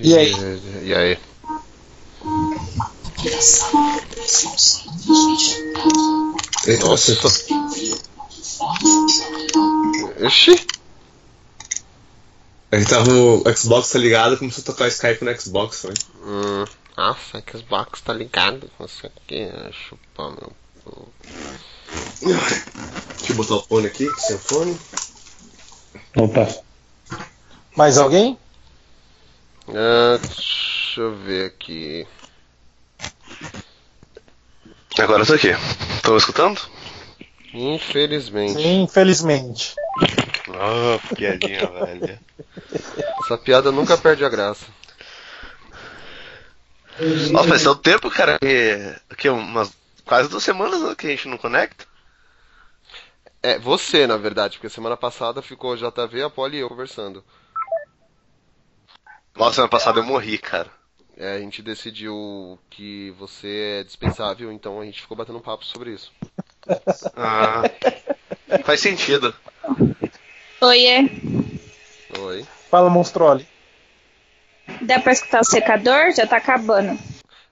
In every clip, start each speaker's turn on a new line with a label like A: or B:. A: E aí?
B: Uhum. E aí?
A: Eita, tá-
B: Nossa.
A: caceta.
B: Oxi.
A: Ele tava no Xbox, tá ligado? Começou a tocar Skype no Xbox, né?
B: Hum. Nossa, que os box tá ligado com isso aqui. né? Chupar meu. cu.
A: Deixa eu botar o fone aqui, sem fone.
C: Opa.
D: Mais alguém?
B: Ah, deixa eu ver aqui.
E: Agora eu tô aqui. Tô escutando?
B: Infelizmente.
D: Infelizmente.
E: Ah, piadinha, velho.
B: Essa piada nunca perde a graça.
E: Nossa, faz tanto tempo, cara, que. que umas. Quase duas semanas né, que a gente não conecta.
B: É, você, na verdade, porque semana passada ficou o JV, a Poli e eu conversando.
E: Nossa, semana passada eu morri, cara.
B: É, a gente decidiu que você é dispensável, então a gente ficou batendo um papo sobre isso.
E: Ah. Faz sentido.
F: Oiê,
B: Oi.
D: Fala, Monstrole.
F: dá pra escutar o secador? Já tá acabando.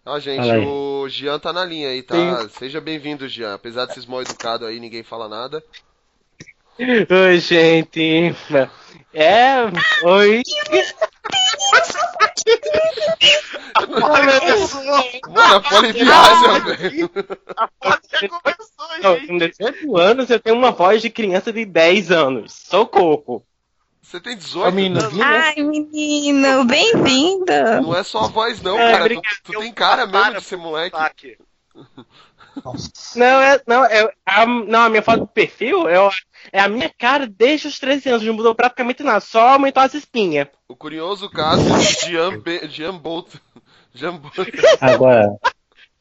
B: Ó, gente,
C: Fala aí.
B: o Jean tá na linha aí, tá?
D: Sim.
B: Seja bem-vindo, Jean. Apesar de ser mal educado aí, ninguém fala nada.
G: Oi, gente. É. Oi.
B: Mano, a Poli viaja, velho.
G: Não, Com 18 anos, eu tenho uma voz de criança de 10 anos. Sou coco.
B: Você tem 18
D: A menina,
B: anos?
C: Uhum.
D: viu, né?
F: menino, bem-vinda.
B: Não é só a voz, não,
G: É,
B: cara. Tu,
G: obrigado.
B: tu tem cara mesmo
E: Para,
B: de ser moleque.
E: Saque.
G: Não, é. Não, é a, não, a minha foto do perfil é, o- é a minha cara desde os 13 anos. Não mudou praticamente nada, só aumentou as espinhas.
B: O curioso caso de Jean, Be... Jean Bolt. Jean Bolt.
C: Agora,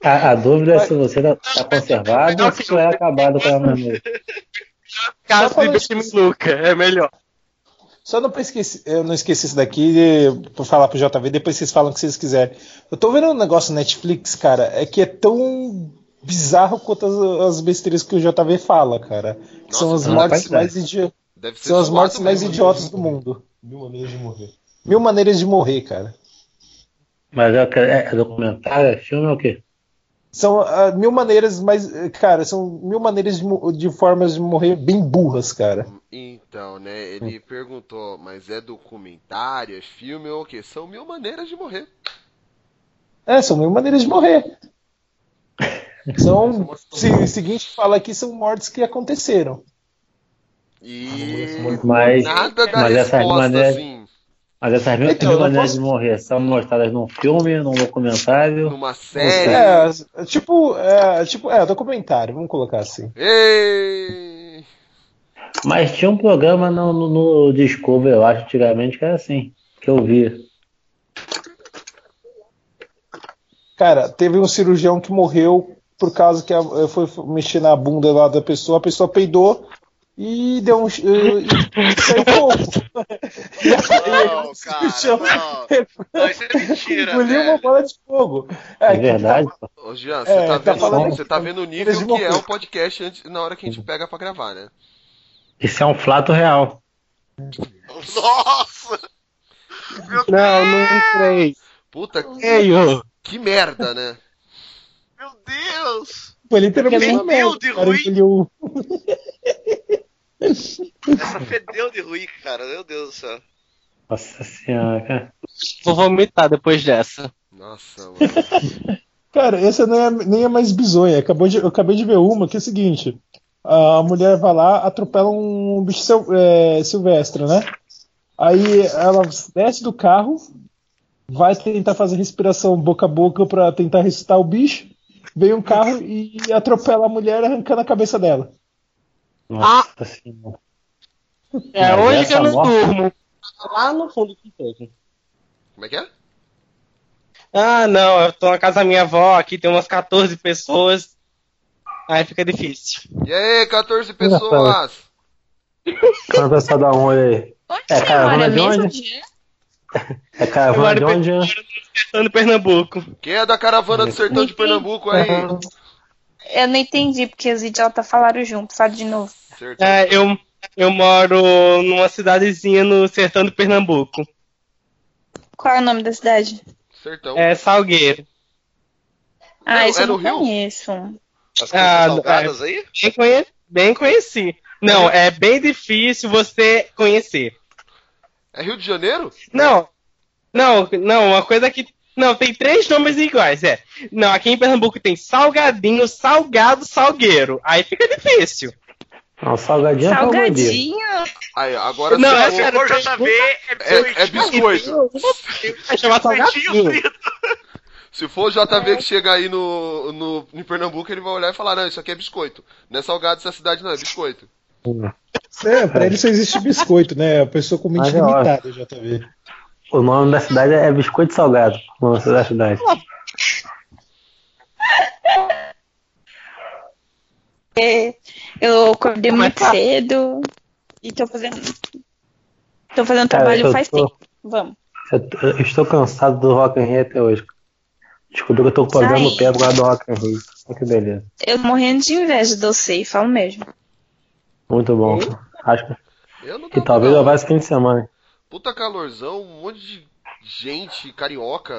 C: a, a dúvida é se você tá, tá conservado ou se tu é acabado com a mamãe.
D: Caso
G: Caso
D: de
G: de Benjamin Luca, é melhor.
D: Só não pra esquecer, eu não esqueci isso daqui eh, pra falar pro JV, depois vocês falam o que vocês quiserem. Eu tô vendo um negócio no Netflix, cara, é que é tão bizarro quanto as, as besteiras que o JV fala, cara. é. São as
B: Nossa,
D: mortes
C: rapaz,
D: mais idiotas.
B: Deve ser
D: São as
B: suado
D: mortes mais
B: mesmo. né?
D: idiotas do mundo. Mil maneiras de morrer. Mil maneiras de morrer, cara.
C: Mas é, o que- é documentário, é filme ou o quê?
D: São ah, mil maneiras mais. eh, Cara, são mil maneiras de, mo- de formas de morrer bem burras, cara.
B: Então, né, ele perguntou, mas é documentário, é filme ou o quê? São mil maneiras de morrer.
D: É, são mil maneiras de morrer. São. se, o seguinte fala aqui são mortes que aconteceram. Ah,
B: E
C: Mas,
B: nada da
C: mas essas
B: resposta,
C: maneiras,
B: assim,
C: mas essas mil,
D: Então,
C: mil
D: eu não
C: maneiras
D: posso-
C: de morrer são mostradas num filme, num documentário.
B: numa série.
D: É, tipo. É, tipo, é, documentário, vamos colocar assim.
B: Ei!
C: Mas tinha um programa no, no, no Discovery, eu acho, antigamente, que era assim, que eu vi.
D: Cara, teve um cirurgião que morreu por causa que a- eh, foi mexer na bunda lá da pessoa, a pessoa peidou e deu um. ch- e- e saiu fogo.
E: Não, cara. Não. Isso é mentira.
D: Engoliu uma
E: velho.
D: bola de fogo.
C: É
D: que
C: verdade. pô.
B: Ô, Jean, você
D: É,
B: tá,
D: tá
B: vendo,
D: falando
B: você tá vendo o nível
D: Eles Uhum. vão-
B: que é o podcast antes, na hora que a gente pega pra gravar, né?
C: Isso é um flato real.
E: Nossa!
G: Não, não entrei.
B: Puta,
G: Ei, ô.
B: que merda, né?
E: Meu Deus!
D: Foi literalmente
E: Fedeu
D: uma merda.
E: de
D: O cara
E: ruim.
D: engoliu-
E: Essa fedeu de ruim, cara. Meu Deus do céu.
C: Nossa senhora, cara.
G: Vou vomitar depois dessa.
B: Nossa, mano.
D: Cara, essa não é, nem é mais bizonha. Acabou de- eu acabei de ver uma que é o seguinte: a mulher vai lá, atropela um bicho sil- é, silvestre, né? Aí ela desce do carro, vai tentar fazer respiração boca a boca pra tentar ressuscitar o bicho. Vem um carro e atropela a mulher, arrancando a cabeça dela.
C: Nossa
D: Ah.
C: senhora.
G: É
C: Mas
G: hoje
C: essa
G: que eu não
C: morte-
G: durmo. Lá no fundo do emprego.
B: Como é que é?
G: Ah, não, eu tô na casa da minha avó, aqui tem umas 14 pessoas. Aí fica difícil.
B: E aí, 14 pessoas!
C: Canta essa da onde aí.
F: Onde
C: É,
F: você
C: cara,
F: mora
C: mas de
F: mesmo,
C: onde?
F: Jean?
C: É caravana de onde? é?
G: Tô no Pernambuco.
B: Quem é da caravana do sertão de Pernambuco aí?
F: Eu não entendi porque os idiotas falaram junto. Fala de novo.
B: Sertão.
G: É, eu, eu moro numa cidadezinha no sertão do Pernambuco.
F: Qual é o nome da cidade?
B: Sertão.
G: É Salgueiro.
F: Ah,
B: Não,
F: isso
B: é
F: eu não
B: no Rio?
F: conheço.
E: As coisas
G: Ah,
E: salgadas aí?
G: Bem, conhe... bem conheci. Não, é bem difícil você conhecer.
B: É Rio de Janeiro?
G: Não, não, não, uma coisa que. Não, tem três nomes iguais, é. Não, aqui em Pernambuco tem salgadinho, salgado, salgueiro. Aí fica difícil.
C: Não, salgadinho é salgadinho.
F: Salgadinho.
B: Aí, agora
G: Não,
B: você
G: é
B: falou-
G: sério.
E: Pô, JB
B: é, é biscoito.
G: Vai chamar salgadinho.
B: Se for o JV que chega aí no, no, em Pernambuco, ele vai olhar e falar, não, isso aqui é biscoito. Não é salgado essa cidade, não, é biscoito.
D: É, pra ele só existe biscoito, né? A pessoa com mente
C: Mas é
D: limitada, já tá vendo.
C: O nome da cidade é Biscoito Salgado. O nome da cidade.
F: É, Eu acordei
G: Mas
F: muito
G: tá.
F: cedo e tô fazendo. Tô fazendo
C: Cara,
F: trabalho
C: eu
F: faz
C: tô-
F: tempo. Vamos.
C: Eu tô- eu estou cansado do Rock in Rio até hoje. Descobri que eu tô pagando
F: Sai.
C: o pé do lado do Rock in Rio. Olha que beleza.
F: Eu tô morrendo de inveja do sei, falo mesmo.
C: Muito bom. Acho que,
B: Eu não
C: que
B: tava,
C: talvez
B: não.
C: eu vá esse fim de semana.
B: Puta calorzão, um monte de gente, carioca,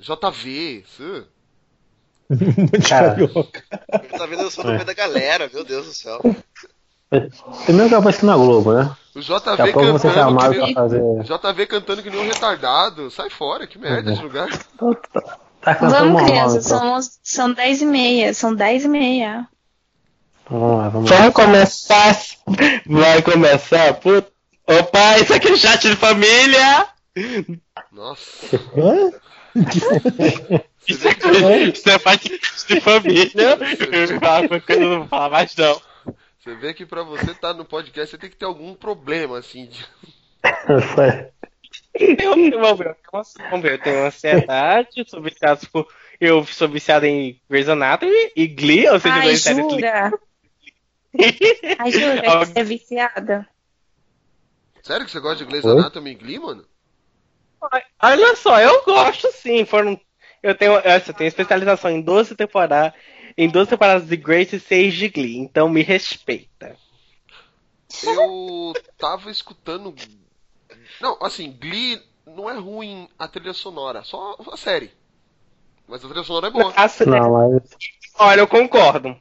B: JV, isso.
D: Muito
C: Cara.
D: carioca.
E: Tá vendo? Eu sou no meio da galera, meu Deus do céu.
C: Primeiro que eu apareci na Globo, né?
B: O
C: Daqui
B: JV
C: a pouco você ser
B: cantando
C: amado
B: que nem...
C: pra fazer.
B: JV cantando que nem um retardado. Sai fora, que
C: Uhum.
B: merda de lugar.
C: Tô- tô- Tá cantando
F: Vamos,
C: normal,
F: crianças,
C: então.
F: são, onze- são 10 e meia. São 10 e meia.
C: Então Vamos lá, vamos lá.
G: Vai começar. Vai começar, puta. Opa, isso aqui é chat de família!
B: Nossa.
D: Hã?
G: Isso é, isso é podcast de família. Eu falo, eu não vou falar mais, não.
B: Você vê que pra você estar no podcast, você tem que ter algum problema, assim. de-
C: Foi.
G: Eu, vamos, ver, vamos vamos ver, eu tenho ansiedade, sou viciado, tipo, eu sou viciado em Grey's Anatomy e Glee, ou seja,
F: Ai,
G: duas séries
F: jura?
G: Glee.
F: Ai, jura que você é viciada?
B: Sério que você gosta de Glaze
C: Oi?
B: Anatomy e Glee, mano?
G: Olha só, eu gosto sim, foram, eu tenho, essa, eu tenho especialização em 12 temporadas, em 12 temporadas de Grace e 6 de Glee, então me respeita.
B: Eu tava escutando. Não, assim, Glee não é ruim a trilha sonora, só a série. Mas a trilha sonora é boa.
G: Nossa,
C: Não, mas,
G: Olha, eu concordo.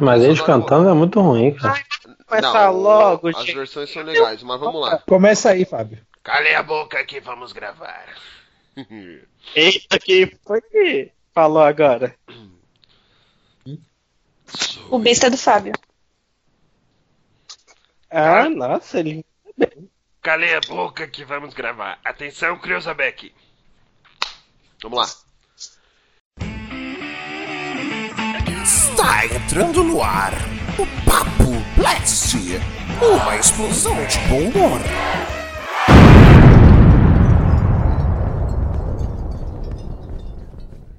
C: mas eles cantando é muito ruim, cara.
G: Começa
B: o-
G: logo,
B: As
G: gente.
B: versões são legais, mas vamos lá.
D: Começa aí, Fábio.
B: Calem a boca que vamos gravar.
G: Eita, que foi que falou agora?
F: O besta é do Fábio.
G: Ah, nossa, ele...
B: Calem a boca que vamos gravar. Atenção, Creuzabeck. Vamos lá.
H: Está entrando no ar o Papo Blast, uma explosão de bom humor.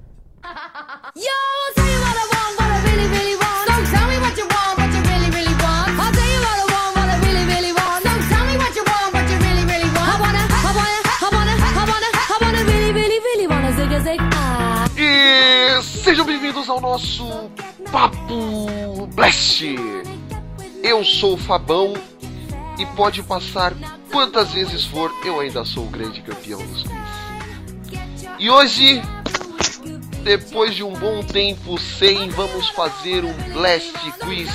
I: Yo, I'll tell you what I want, what I really, really want. Don't tell me what you want, what you really, really want. I'll tell you what I want, what I really, really want. Don't tell me what you want, what you really, really want. I wanna, I wanna, I wanna, I wanna, I wanna really, really, really wanna zig a zig ah.
B: E sejam bem-vindos ao nosso Papo Blast. Eu sou o Fabão e pode passar quantas vezes for, eu ainda sou o grande campeão dos quiz. E hoje, depois de um bom tempo sem, vamos fazer um Blast Quiz.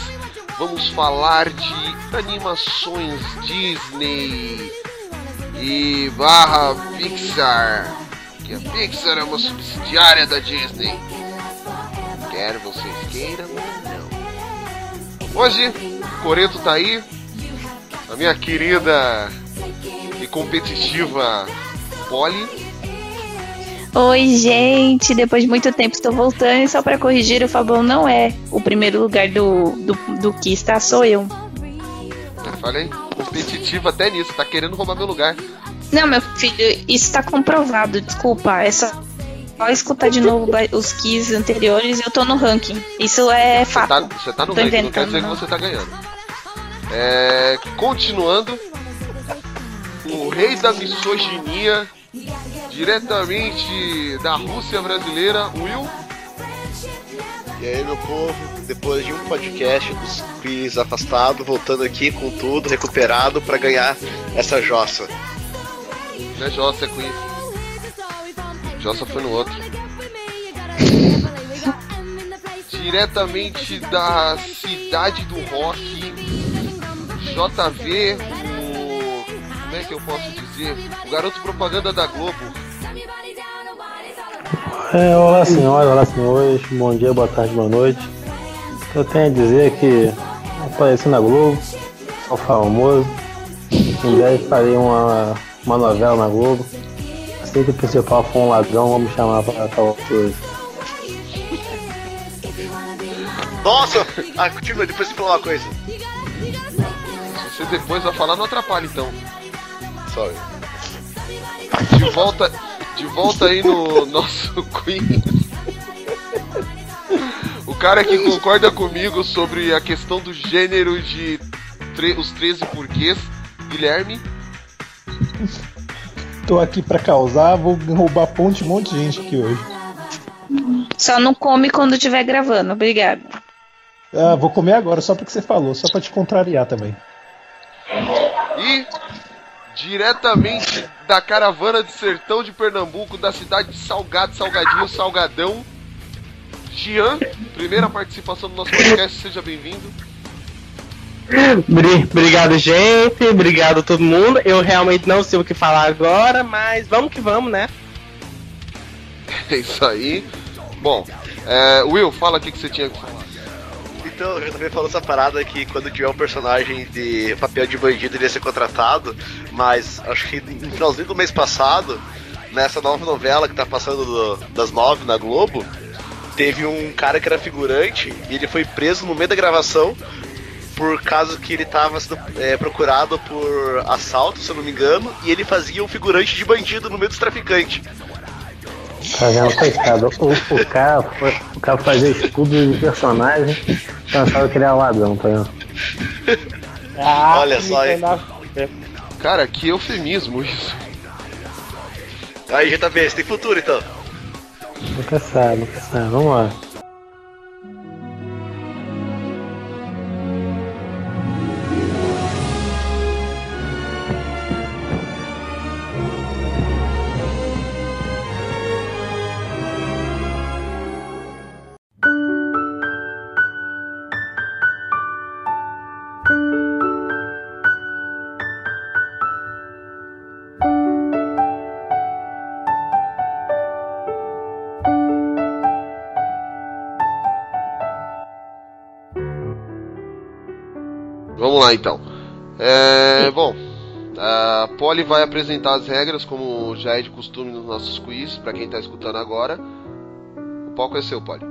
B: Vamos falar de animações Disney e barra Pixar. Que a Pixar é uma subsidiária da Disney. Quer vocês queiram ou não. Hoje, Coreto tá aí. A minha querida e competitiva Polly.
F: Oi, gente. Depois de muito tempo estou voltando e só pra corrigir, o Fabão não é o primeiro lugar do, do, do que está, sou eu.
B: Eu Falei, competitiva até nisso, tá querendo roubar meu lugar.
F: Não, meu filho, isso tá comprovado, desculpa. É só, só escutar de novo ba- os keys anteriores eu tô no ranking. Isso é
B: Você tá,
F: fato.
B: você tá no
F: Tô
B: ranking, não quer
F: inventando,
B: dizer que
F: não.
B: você tá ganhando. É, continuando, o rei da misoginia, diretamente da Rússia brasileira, Will.
E: E aí, meu povo, depois de um podcast dos quiz afastado, voltando aqui com tudo, recuperado pra ganhar essa jossa.
B: Não é Jossa, é Queen. Jossa foi no outro. Diretamente da cidade do rock, JV, o. Como é que eu posso dizer? O garoto propaganda da Globo.
C: É, olá senhora, olá senhores, bom dia, boa tarde, boa noite. O que Eu tenho a dizer é que apareci na Globo, sou famoso, em breve farei uma, uma novela na Globo. Assim que o principal for um ladrão, vamos chamar pra tal coisa.
E: Nossa! Ah, continua, depois você falou uma coisa.
B: Se você depois vai falar, não atrapalha então.
E: Sorry.
B: De volta, de volta aí no nosso Queen. O cara que concorda comigo sobre a questão do gênero de tre- os 13 porquês, Guilherme.
D: Tô aqui pra causar, vou roubar ponte de um monte de gente aqui hoje.
F: Só não come quando estiver gravando, obrigado.
D: Ah, vou comer agora, só porque você falou, só pra te contrariar também.
B: E diretamente da caravana de sertão de Pernambuco, da cidade de Salgado, Salgadinho, Salgadão. Jean, primeira participação do nosso podcast, seja bem-vindo.
G: Bri- Obrigado, gente. Obrigado a todo mundo. Eu realmente não sei o que falar agora, mas vamos que vamos, né?
B: É isso aí. Bom, é, Will, fala o que, que você tinha que falar.
E: Então, eu também falou essa parada que quando tiver um personagem de papel de bandido ele ia ser contratado, mas acho que no finalzinho do mês passado, nessa nova novela que tá passando do- das nove na Globo, teve um cara que era figurante e ele foi preso no meio da gravação por causa que ele tava sendo é, procurado por assalto, se eu não me engano, e ele fazia um figurante de bandido no meio dos traficantes.
C: Tá vendo, coitado? O, o cara, foi, o cara fazia estudo de personagem, pensava que ele era ladrão, tá vendo?
G: Ah,
E: Olha só, hein?
B: Cara, que eufemismo isso.
E: Aí, JB, você tem futuro então.
C: Nunca sabe, nunca sabe. Vamos lá.
B: Vamos lá então. É, bom, a Polly vai apresentar as regras, como já é de costume nos nossos quiz, pra quem tá escutando agora. O palco é seu, Polly.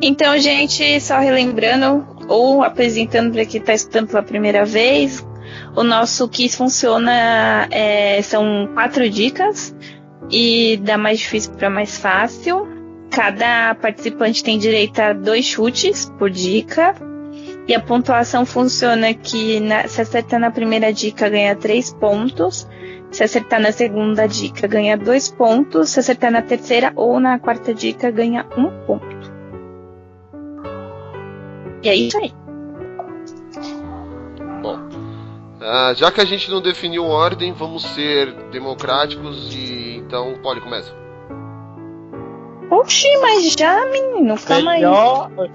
F: Então, gente, só relembrando ou apresentando para quem está escutando pela primeira vez, o nosso quiz funciona é, são quatro dicas e da mais difícil para mais fácil. Cada participante tem direito a dois chutes por dica. E a pontuação funciona que na- se acertar na primeira dica ganha três pontos, se acertar na segunda dica ganha dois pontos, se acertar na terceira ou na quarta dica ganha um ponto. E é isso aí.
B: Ah, já que a gente não definiu ordem, vamos ser democráticos e então, Polly, começa.
F: Oxi, mas já, menino, calma aí.
G: melhor, olha,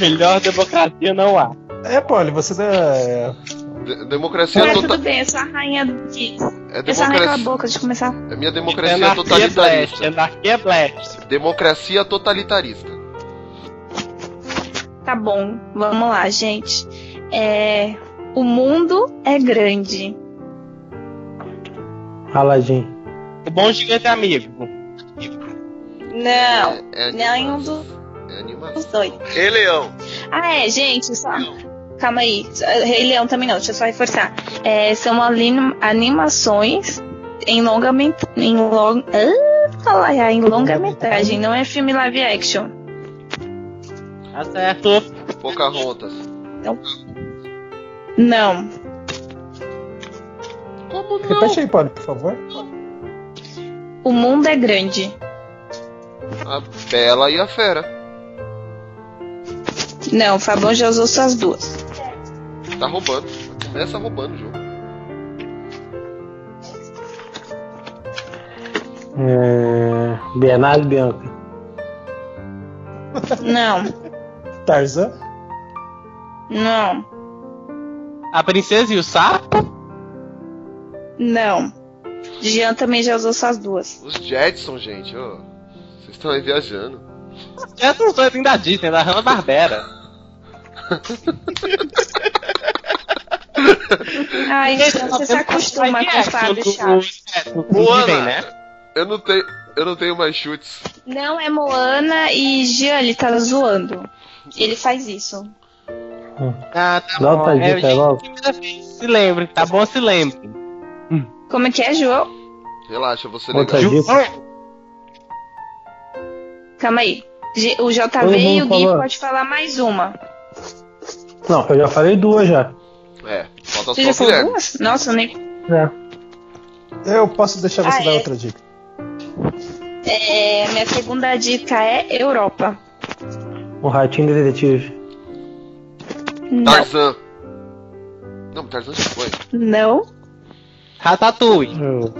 G: melhor democracia não há.
D: É, Polly, você tá, dá.
B: De- democracia
F: Mas tudo
B: total.
F: bem, eu sou a rainha do disso.
B: É
F: Eu sou a rainha da
B: democracia.
F: boca de começar.
B: É minha
G: É
B: democracia
G: anarquia blast, é
B: totalitarista.
G: anarquia blast.
B: Democracia totalitarista.
F: Tá bom, vamos lá, gente. É, O mundo é grande.
C: Aladim.
G: O bom gigante é amigo.
F: Não,
B: É, é
F: não em um
B: animal.
F: dos
B: É animal.
F: dois.
E: Ei, Leão!
F: Ah, é, gente, só. Calma aí. Rei Leão também não, deixa eu só reforçar. É, são alim- animações em longa. men- Em, long... ah, lá, em longa metragem, não é filme live action.
G: Tá certo.
B: Pocahontas.
F: Não.
B: Como não?
D: Repete aí, Polly, por favor.
F: O mundo é grande.
B: A Bela e a Fera.
F: Não, o Fabão já usou suas duas.
B: Tá roubando. Começa roubando o jogo.
C: É, Bernardo e Bianca.
F: Não,
D: Tarzan?
F: não,
G: A princesa e o sapo?
F: não. Jean também já usou suas duas.
B: Os Jetson, gente, ó. Vocês estão aí viajando.
G: Essas são assim da Disney, da Hanna Barbera.
F: Ai, Jean, você se acostuma com o Fábio Chaves.
G: Disney, né?
B: Eu não tenho. Eu não tenho mais chutes.
F: Não é Moana e Jean, ele tá zoando. Ele faz isso.
G: Ah, tá
C: Dá outra
G: bom. É,
C: dica,
G: gente,
C: logo.
G: primeira vez, Se lembre, tá bom, se lembre.
F: Como é que é, João?
B: Relaxa, você
E: Tá,
C: Outra
B: legal.
C: dica.
F: Calma aí. G- o
C: Todo
F: JV
C: mundo
F: e o Gui
C: falou.
F: pode falar mais uma.
C: Não, eu já falei duas já.
B: É, falta
F: Você já
B: só o
F: falou
B: Guilherme.
F: duas? Nossa, eu nem.
D: Eu posso deixar você
F: Ah,
D: dar
F: é.
D: outra dica.
F: É, minha segunda dica é Europa.
C: Um ratinho detetive.
F: Não,
B: Tarzan. Não, Tarzan já foi.
F: não.
G: Ratatouille.
C: Eu-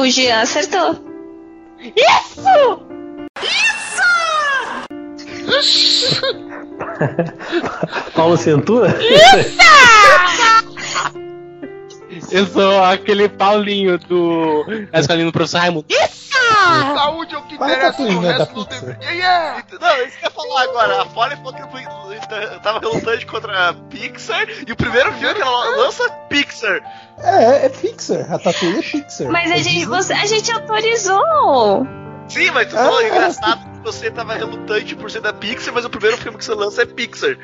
F: O Jean acertou.
C: Paulo Centura?
G: Eu sou aquele Paulinho do. da escolinha do professor Raimundo.
B: Saúde é o que
D: Ah. Vai,
B: interessa, o
D: Tatuinha,
B: resto
D: da
B: não tem.
D: pizza.
B: Yeah, yeah.
E: Não, isso que eu ia falar agora. A Folha falou que eu tava relutante contra a Pixar e o primeiro filme que ela lança é Pixar.
D: É, é Pixar. Ratatouille é Pixar.
F: Mas a
D: É
F: gente,
D: Disney.
F: você- a gente autorizou.
E: Sim, mas tu
F: Ah.
E: falou engraçado que você tava relutante por ser da Pixar, mas o primeiro filme que você lança é Pixar.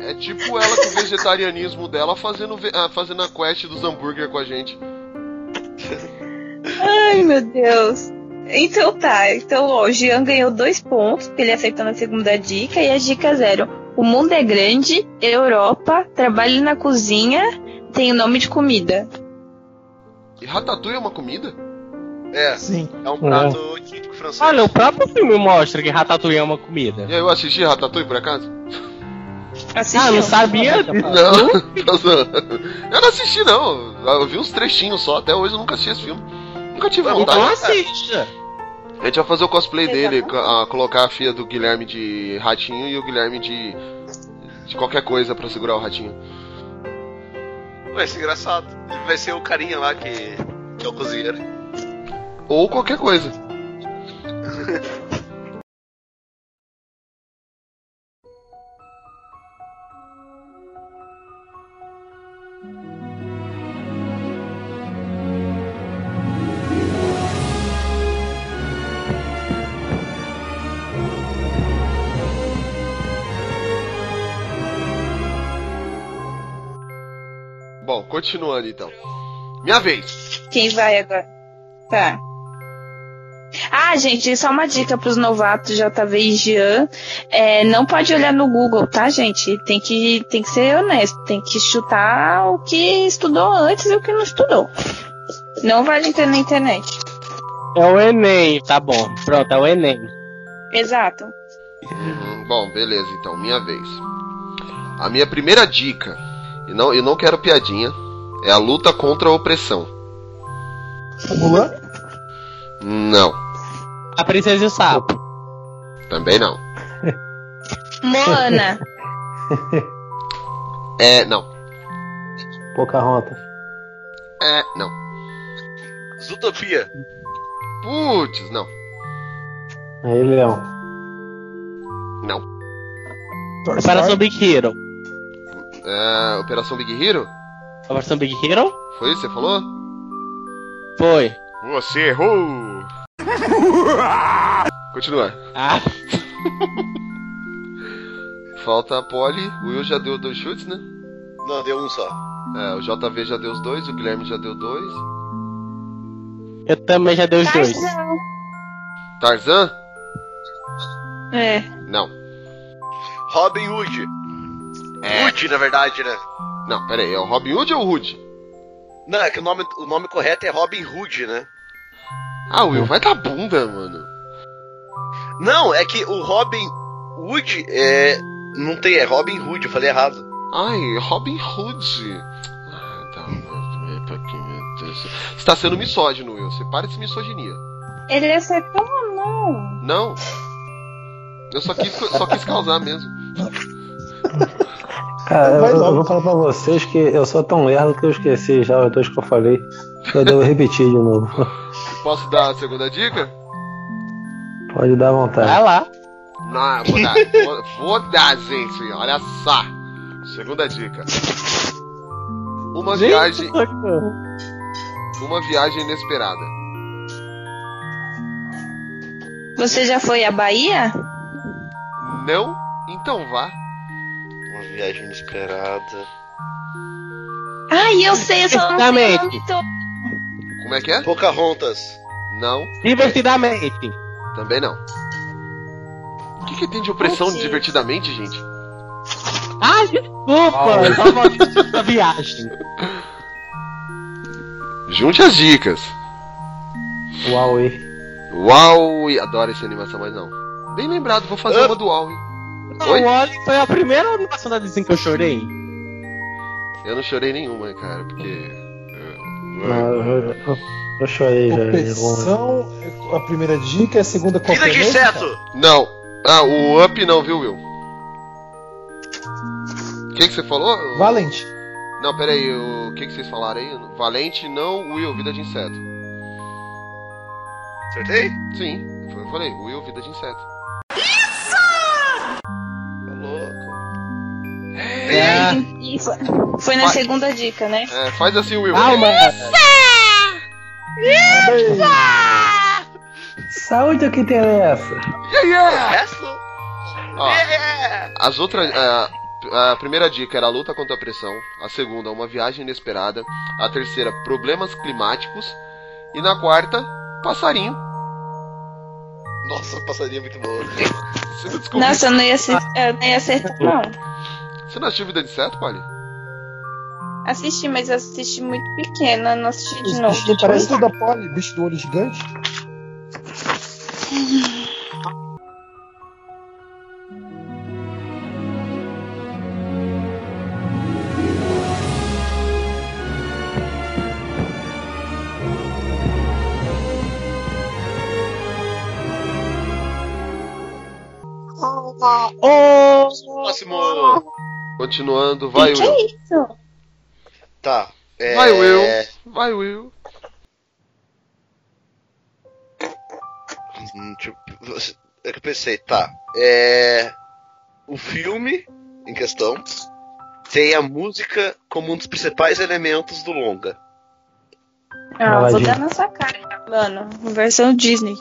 B: É tipo ela com o vegetarianismo dela fazendo, ve- ah, fazendo a quest dos hambúrguer com a gente.
F: Ai, meu Deus. Então tá, então ó, o Jean ganhou dois pontos, porque ele aceitou na segunda dica, e a dica zero. O mundo é grande, Europa, trabalho na cozinha, tem o nome de comida.
B: E ratatouille é uma comida?
E: É,
D: Sim.
E: é um prato típico francês.
G: Olha, o próprio filme mostra que Ratatouille é uma comida.
B: E aí, eu assisti ratatouille por acaso?
G: Ah,
F: Assistiu?
G: não sabia?
B: Não, tô zoando. eu não assisti não. Eu vi uns trechinhos só, até hoje eu nunca assisti esse filme. Nunca tive
E: Vamos
B: vontade.
G: Então assista.
B: A gente vai fazer o cosplay
F: Você
B: dele,
F: já
B: co- ah, colocar a filha do Guilherme de ratinho e o Guilherme de. de qualquer coisa pra segurar o ratinho.
E: Vai ser é engraçado. Ele vai ser o carinha lá que, que é o cozinheiro.
B: Ou qualquer coisa. Bom, continuando então. Minha vez.
F: Quem vai agora? Tá. Ah, gente, só uma dica pros novatos JV e Jean. É, não pode olhar no Google, tá, gente? Tem que, tem que ser honesto. Tem que chutar o que estudou antes e o que não estudou. Não vale entrar na internet.
G: É o Enem. Tá bom, pronto, é o Enem.
F: Exato.
B: Hum, Bom, beleza, então, minha vez. A minha primeira dica, e não, eu não quero piadinha, é a luta contra a opressão.
D: Mulan?
B: Não,
G: A princesa e o sapo.
B: também não.
F: Moana.
B: É, não.
C: Pocahontas.
B: É, não.
E: Zootopia.
B: Putz, não.
C: Aí, Leão.
D: Toy
G: Operação
D: Story?
G: Big Hero.
B: É, Operação Big Hero?
G: Operação Big Hero?
B: Foi isso que você falou?
G: Foi.
B: Você errou! Continua.
G: Ah,
B: Falta a Polly, o Will já deu dois chutes, né?
E: Não, deu um só.
B: É, o JV já deu os dois, o Guilherme já deu dois.
G: eu também já dei os dois.
F: Tarzan.
B: Tarzan?
F: É.
B: Não.
E: Robin Hood.
B: É.
E: Hood, na verdade, né?
B: Não, pera aí, é o Robin Hood ou o Hood?
E: Não, é que o nome, o nome correto é Robin Hood, né?
B: Ah, Will, vai da bunda, mano.
E: Não, é que o Robin Hood é. Não tem, é Robin Hood, eu falei errado.
B: Ai, Robin Hood. Ah, tá, mas é pra quem me isso. Você tá sendo misógino, Will. Você para de se misoginia.
F: Ele acertou ou não?
B: Não. Eu só quis, só quis causar mesmo.
C: Cara, eu,
D: Vai
C: eu
D: logo.
C: vou falar pra vocês que eu sou tão lerdo que eu esqueci já os dois que eu falei. Eu devo repetir de novo.
B: Posso dar a segunda dica?
C: Pode dar vontade.
G: Vai lá.
B: Não, vou dar. vou, vou dar, gente. Olha só. Segunda dica. Uma viagem,
G: socorro.
B: uma viagem inesperada.
F: Você já foi à Bahia?
B: Não? Então vá.
E: Uma viagem inesperada.
F: Ai, eu sei, eu só não sei o
G: Exatamente.
F: nome todo.
B: Como é que é?
E: Pocahontas.
B: Não,
G: Divertidamente.
B: também não. O que, que tem de opressão
F: Putz.
B: divertidamente, gente?
G: Ah, desculpa. Eu tava voltando da viagem.
B: Junte as dicas.
D: Ah.
C: Uau, hein?
B: Huawei. Adoro essa animação, mas não. Bem lembrado, vou fazer
E: Ah.
B: uma do Huawei. Oi?
G: O Wally foi a primeira animação da Disney que eu chorei.
B: Eu não chorei nenhuma, cara, porque. ah,
C: Não, eu, eu- eu chorei já. de bom.
D: Opressão, a primeira dica, a segunda qual
E: Vida
D: que
E: de
D: é mesmo,
E: inseto!
D: cara?
B: Não. Ah, o Up não, viu, Will? O que, que você falou?
D: Valente.
B: Não, pera aí. O que, que vocês falaram aí? Valente não, Will, vida de inseto.
E: Acertei?
B: Sim, foi o que eu falei. Will, vida de inseto.
E: Tá louco.
B: Ah.
G: É.
F: E foi, foi na
B: Vai.
F: segunda dica, né?
B: É, faz assim, Will.
G: Calma.
C: Saúde é o que interessa.
B: Yeah, yeah!
E: Resto?
B: Ó,
E: É.
B: As outras. A, a primeira dica era a luta contra a pressão. A segunda, uma viagem inesperada. A terceira, problemas climáticos. E na quarta, passarinho.
E: Nossa, passaria muito boa.
B: Você não descobriu.
F: Nossa, eu não ia acertar, eu não, ia acertar,
B: Ah.
F: não.
B: Você não assistiu vida de inseto, Polly?
F: Assisti, mas eu assisti muito pequena, não assisti de
D: Esse
F: novo.
D: bicho não parece o da Polly, bicho do olho gigante.
E: Próximo.
B: Continuando, vai,
F: que que
B: Will.
F: é isso?
E: Tá. É...
B: Vai, Will. Vai, Will.
E: Hum, Tipo, você- é que eu pensei, tá. É. O filme em questão tem a música como um dos principais elementos do longa.
F: Ah, vou
C: Aladdin.
F: dar na sua cara, mano. Versão Disney.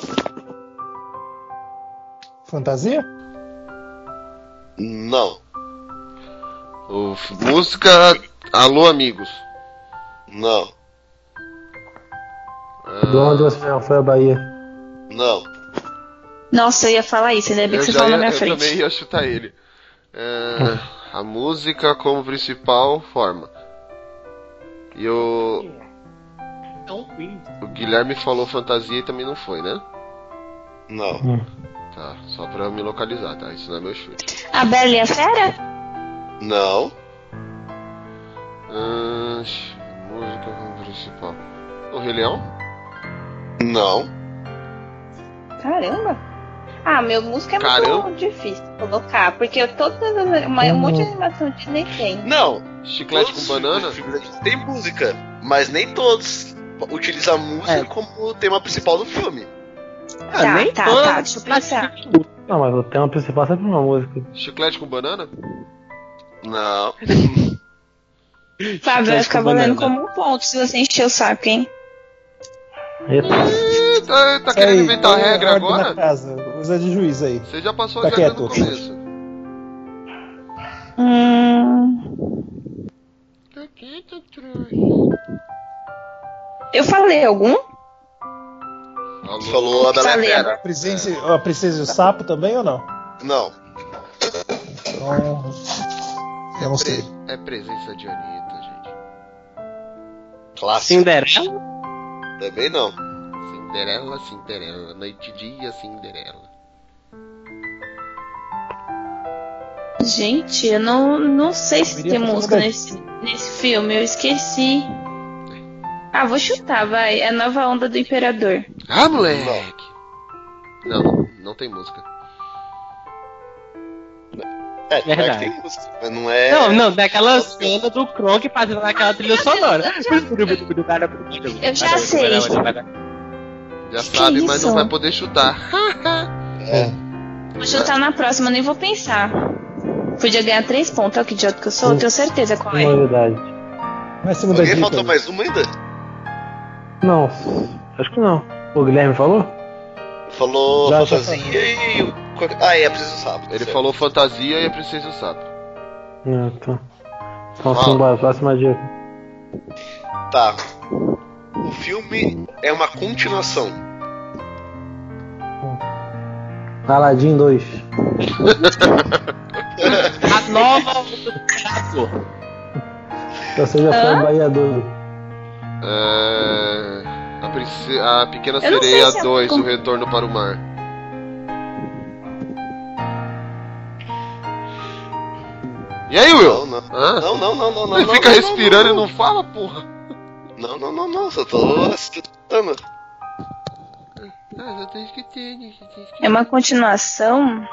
D: Fantasia?
E: Não,
B: O f- música. Alô, amigos.
E: não,
B: Ah,
C: De onde você já foi à Bahia?
E: não.
F: Nossa, eu ia falar isso, ainda É bem
B: eu
F: que você
B: já
F: falou na
B: ia-
F: minha
B: eu
F: frente.
B: também ia chutar ele. Ah, a música como principal forma. E o. O Guilherme falou fantasia e também não foi, né?
E: Não.
B: Tá, só pra eu me localizar, tá? Isso não é meu chute.
F: A Bela e a Fera?
E: Não.
B: Ahn, sh- música como principal. O Rei Leão?
E: Não.
F: Caramba. Ah, meu música é
B: Caramba.
F: muito difícil colocar, porque eu- todas as, uma, um monte de animação Disney tem.
E: Não.
B: Chiclete
E: Todos
B: com banana?
E: os filmes da Disney Tem música, mas nem todos utilizam a música
G: É.
E: como tema principal do filme.
G: Ah,
F: Tá,
G: nem
F: tá,
G: todos.
F: tá, deixa eu pensar.
C: Não, mas o tema principal é sempre uma música.
B: Chiclete com banana?
E: Não.
F: Fábio, vai
G: Chiclete
F: ficar
G: com
F: valendo
G: banana.
F: como um ponto se você encher o saco, hein?
C: Eita,
B: Ih, tá, tá querendo
D: Aí,
B: inventar
D: põe a
B: regra
D: ordem Na
B: agora?
D: casa, usa de juiz aí.
B: Você já passou
D: Tá
B: já
D: quieto.
B: no começo.
F: Hum. Eu falei algum?
B: Alô?
E: Você falou a Bela e a
F: Falei.
E: Fera.
D: A princesa, a princesa e o sapo também ou não?
E: Não.
D: Então, eu não sei.
B: É presença de Anitta, gente.
E: Clássico.
G: Cinderela?
E: Também não.
B: Cinderela, Cinderela, noite e dia, Cinderela.
F: Gente, eu não, não sei se
D: Deveria
F: tem
D: fazer
F: música
D: lugar.
F: nesse, nesse filme, eu esqueci. Ah, vou chutar, vai. É a nova onda do imperador.
B: Ah, moleque! Não, não, não tem música.
E: É, não é que
G: Verdade.
E: tem música, mas não é.
G: Não, não, daquela cena do Kronk fazendo aquela trilha sonora.
F: Eu já sei.
B: Já
F: Que
B: sabe, mas não
F: isso?
B: vai poder chutar.
F: Vou chutar na próxima, nem vou pensar. Podia ganhar três pontos, olha que idiota que eu sou, eu tenho certeza qual é.
C: Novidade.
D: Vai se mudar de
E: Alguém faltou mais uma ainda?
C: Não, acho que não. O Guilherme falou?
E: Falou
D: Já, já
E: fantasia e o. Ah, é, preciso sábado.
B: Ele
E: certo.
B: falou fantasia e a princesa sabe.
C: Não, tá. Então,
E: Ah.
C: vamos para próxima dica.
E: Tá. O filme é uma continuação.
C: Aladdin 2.
G: A nova onda do imperador.
C: Então Você já foi
F: Hã?
C: no Bahia 2.
B: É, A, prince- a Pequena
F: Eu não sei
B: Sereia
F: se é
B: 2,
F: com-
B: O Retorno para o Mar. E aí, Will?
E: Não, não.
B: Hã?
E: Não, não, não, não, não.
B: Ele
E: não,
B: fica
E: não,
B: respirando
E: não,
B: e não fala, porra.
E: Não, não, não, não, só tô escutando.
B: Ah,
F: É uma continuação?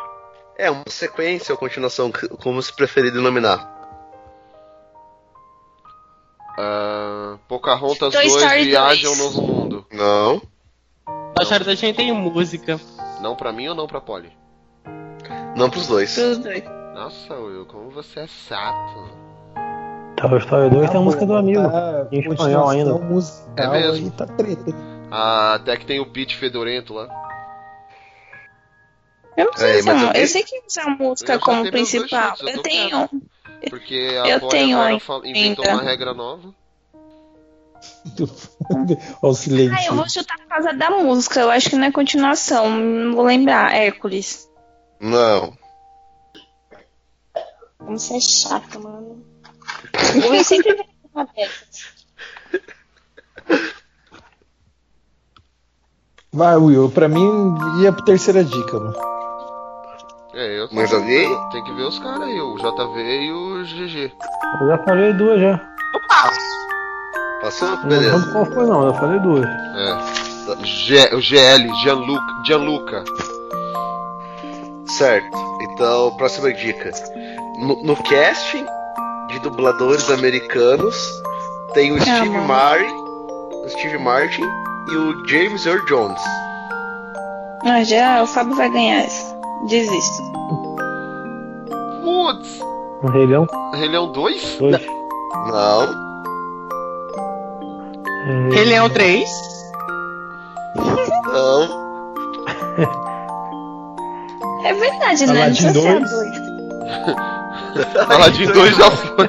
E: É uma sequência ou continuação, c- como se preferir denominar.
B: Ah, Pocahontas
F: Toy
B: 2,
F: Story
B: Viagem ao
F: 2.
B: Novo Mundo.
E: Não.
G: A história da gente tem música.
B: Não pra mim ou não pra Polly?
E: Não pros dois.
F: Pros dois.
B: Nossa, Will, como você é sato.
C: Toy Story 2 tem a é música do amigo.
D: Tá,
C: Em espanhol ainda.
D: continuação musical
B: É mesmo.
D: Aí tá treta. hein?
B: Ah, até que tem o Pete Fedorento lá.
F: Eu não sei
E: Aí,
F: se é
E: mas
F: uma-
E: eu-
F: Eu sei que usa a música
B: Eu já
F: como
B: tenho meus dois
F: principal.
B: chutes, eu
F: Eu
B: tô
F: tenho.
B: Porque a
F: Eu
B: Polly
F: tenho
B: agora
F: ainda.
B: fal- inventou uma regra nova.
D: Olha o silêncio.
F: Ah, eu vou chutar por causa da música. Eu acho que não é continuação. Não vou lembrar. Hércules.
E: Não.
F: Como você é chato, mano. Eu sempre vem com uma dessas.
D: Vai, Will, pra mim ia pra terceira dica, mano.
B: É, eu tô
E: Mas
B: tentando.
E: alguém?
B: Tem que ver os caras aí, o JV e o GG.
C: Eu já falei duas já.
E: Passou?
C: Não
E: Beleza.
C: lembro qual foi não, eu já falei duas.
B: É. G, o GL, Gianluca. Gianluca.
E: Certo. Então, próxima dica. No, no casting de dubladores americanos tem o Steve
F: mano.
E: Martin, o Steve Martin e o James Earl Jones.
F: Ah, já o Fábio vai ganhar essa. Desisto.
B: Putz! é
C: Um Rei Leão
B: Rei Leão 2?
C: 2.
E: Não.
G: Rei Leão 3.
E: Não.
F: É verdade, né?
D: Aladdin
F: Não precisa ser a
D: dois.
F: dois.
B: Aladdin 2 já foi.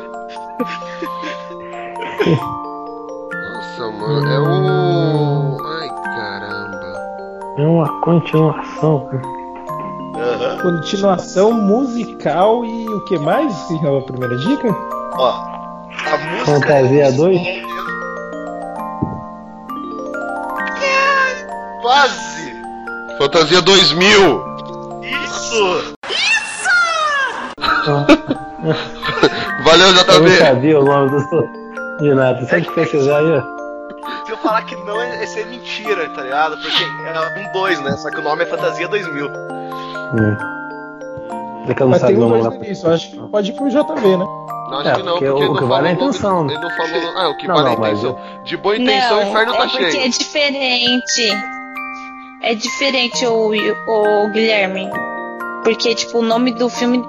B: Nossa, mano, é o. Ai, caramba.
C: É uma continuação. cara.
E: Aham.
D: Continuação musical e o que mais? Que é a primeira dica?
E: Ó. A música.
C: Fantasia 2?
E: É, Quase!
B: Fantasia 2000!
E: Isso!
B: Valeu,
C: Então,
E: Tá
C: Eu não
B: JV!
C: sabia o nome do de nada. Sempre pesquisar aí, ó.
E: Se eu falar que não, é, é mentira, tá ligado? Porque é um 2, né? Só que o nome é Fantasia 2000.
C: É que eu não
D: Mas tem
C: sabia o
D: um
C: nome
D: dois
C: lá.
D: no início, eu acho que pode ir pro JV, né?
B: Não, acho
C: É,
B: que não,
C: porque
B: porque,
C: o-
B: ele
C: o
B: não
C: que
B: falou
C: vale é a
B: o nome-
C: intenção.
B: Ele não falou. Ah, o que
C: Não,
B: vale é a
C: não, mas
B: intenção. De boa intenção, o
F: Não,
B: inferno tá
F: é porque é
B: cheio.
F: diferente. É diferente o, o Guilherme. Porque, tipo, o nome do filme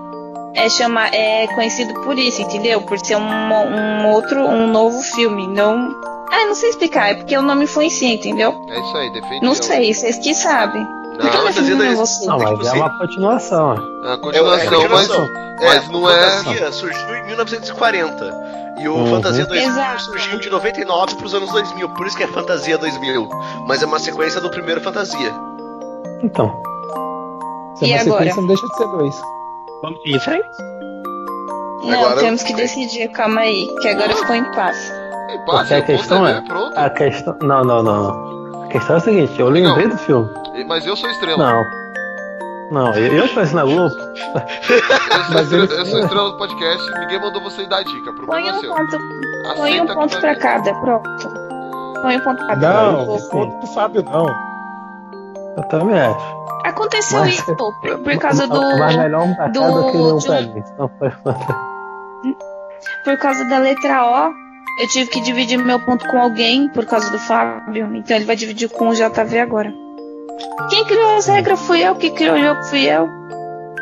F: é, chama, é conhecido por isso, entendeu? Por ser um, um outro, um novo filme. Não. Ah, não sei explicar, é porque o nome influencia, entendeu?
B: É isso aí, defende.
F: Não
B: ela.
F: sei, vocês que sabem. Por que
B: Não,
F: eu
E: Fantasia
F: defino
E: dois.
F: você?
C: Não,
E: Tipo
C: mas é
E: assim,
C: uma continuação. ó.
B: é a continuação,
E: é a
B: mas.
E: continuação.
B: mas não é-
E: Fantasia surgiu em 1940. E o
C: Uhum.
E: Fantasia 2000
F: Exato.
E: surgiu de 99 pros anos 2000. Por isso que é Fantasia 2000. Mas é uma sequência do primeiro Fantasia.
C: Então,
D: Se
F: E
D: é uma
F: agora?
D: sequência, não deixa de ser dois.
G: Vamos em frente.
F: Não,
E: Agora-
F: temos que decidir, calma aí, que agora
B: Ah.
F: ficou em paz.
B: Ei, pá,
C: Porque a
B: acertou,
C: questão
B: né?
C: é-
B: Pronto.
C: a questão. Não, não, não. não. A questão é a seguinte: eu lembrei do filme.
B: Mas eu sou estrela.
C: Não. Não, eu, eu conheci na Globo.
B: Eu sou,
D: Mas ele-
B: estrela, eu sou estrela do podcast, ninguém mandou você dar dica.
F: Põe
B: Problema
F: um
B: seu.
F: ponto, põe um
B: Aceita
F: ponto
B: que
F: pra
B: vai-
F: cada, pronto. Põe o ponto pra
D: Não,
F: trás,
D: o
F: pô.
D: ponto do Fábio não.
C: Eu também acho.
F: Aconteceu
C: Mas-
F: isso, pô, por, por causa do.
C: Mas melhor um pra cá
F: do-
C: do que um
F: do-
C: pra mim. Então, foi
F: Por causa da letra O, eu tive que dividir meu ponto com alguém por causa do Fábio. Então ele vai dividir com o JV agora. Quem criou as regras fui eu, quem criou o jogo fui eu.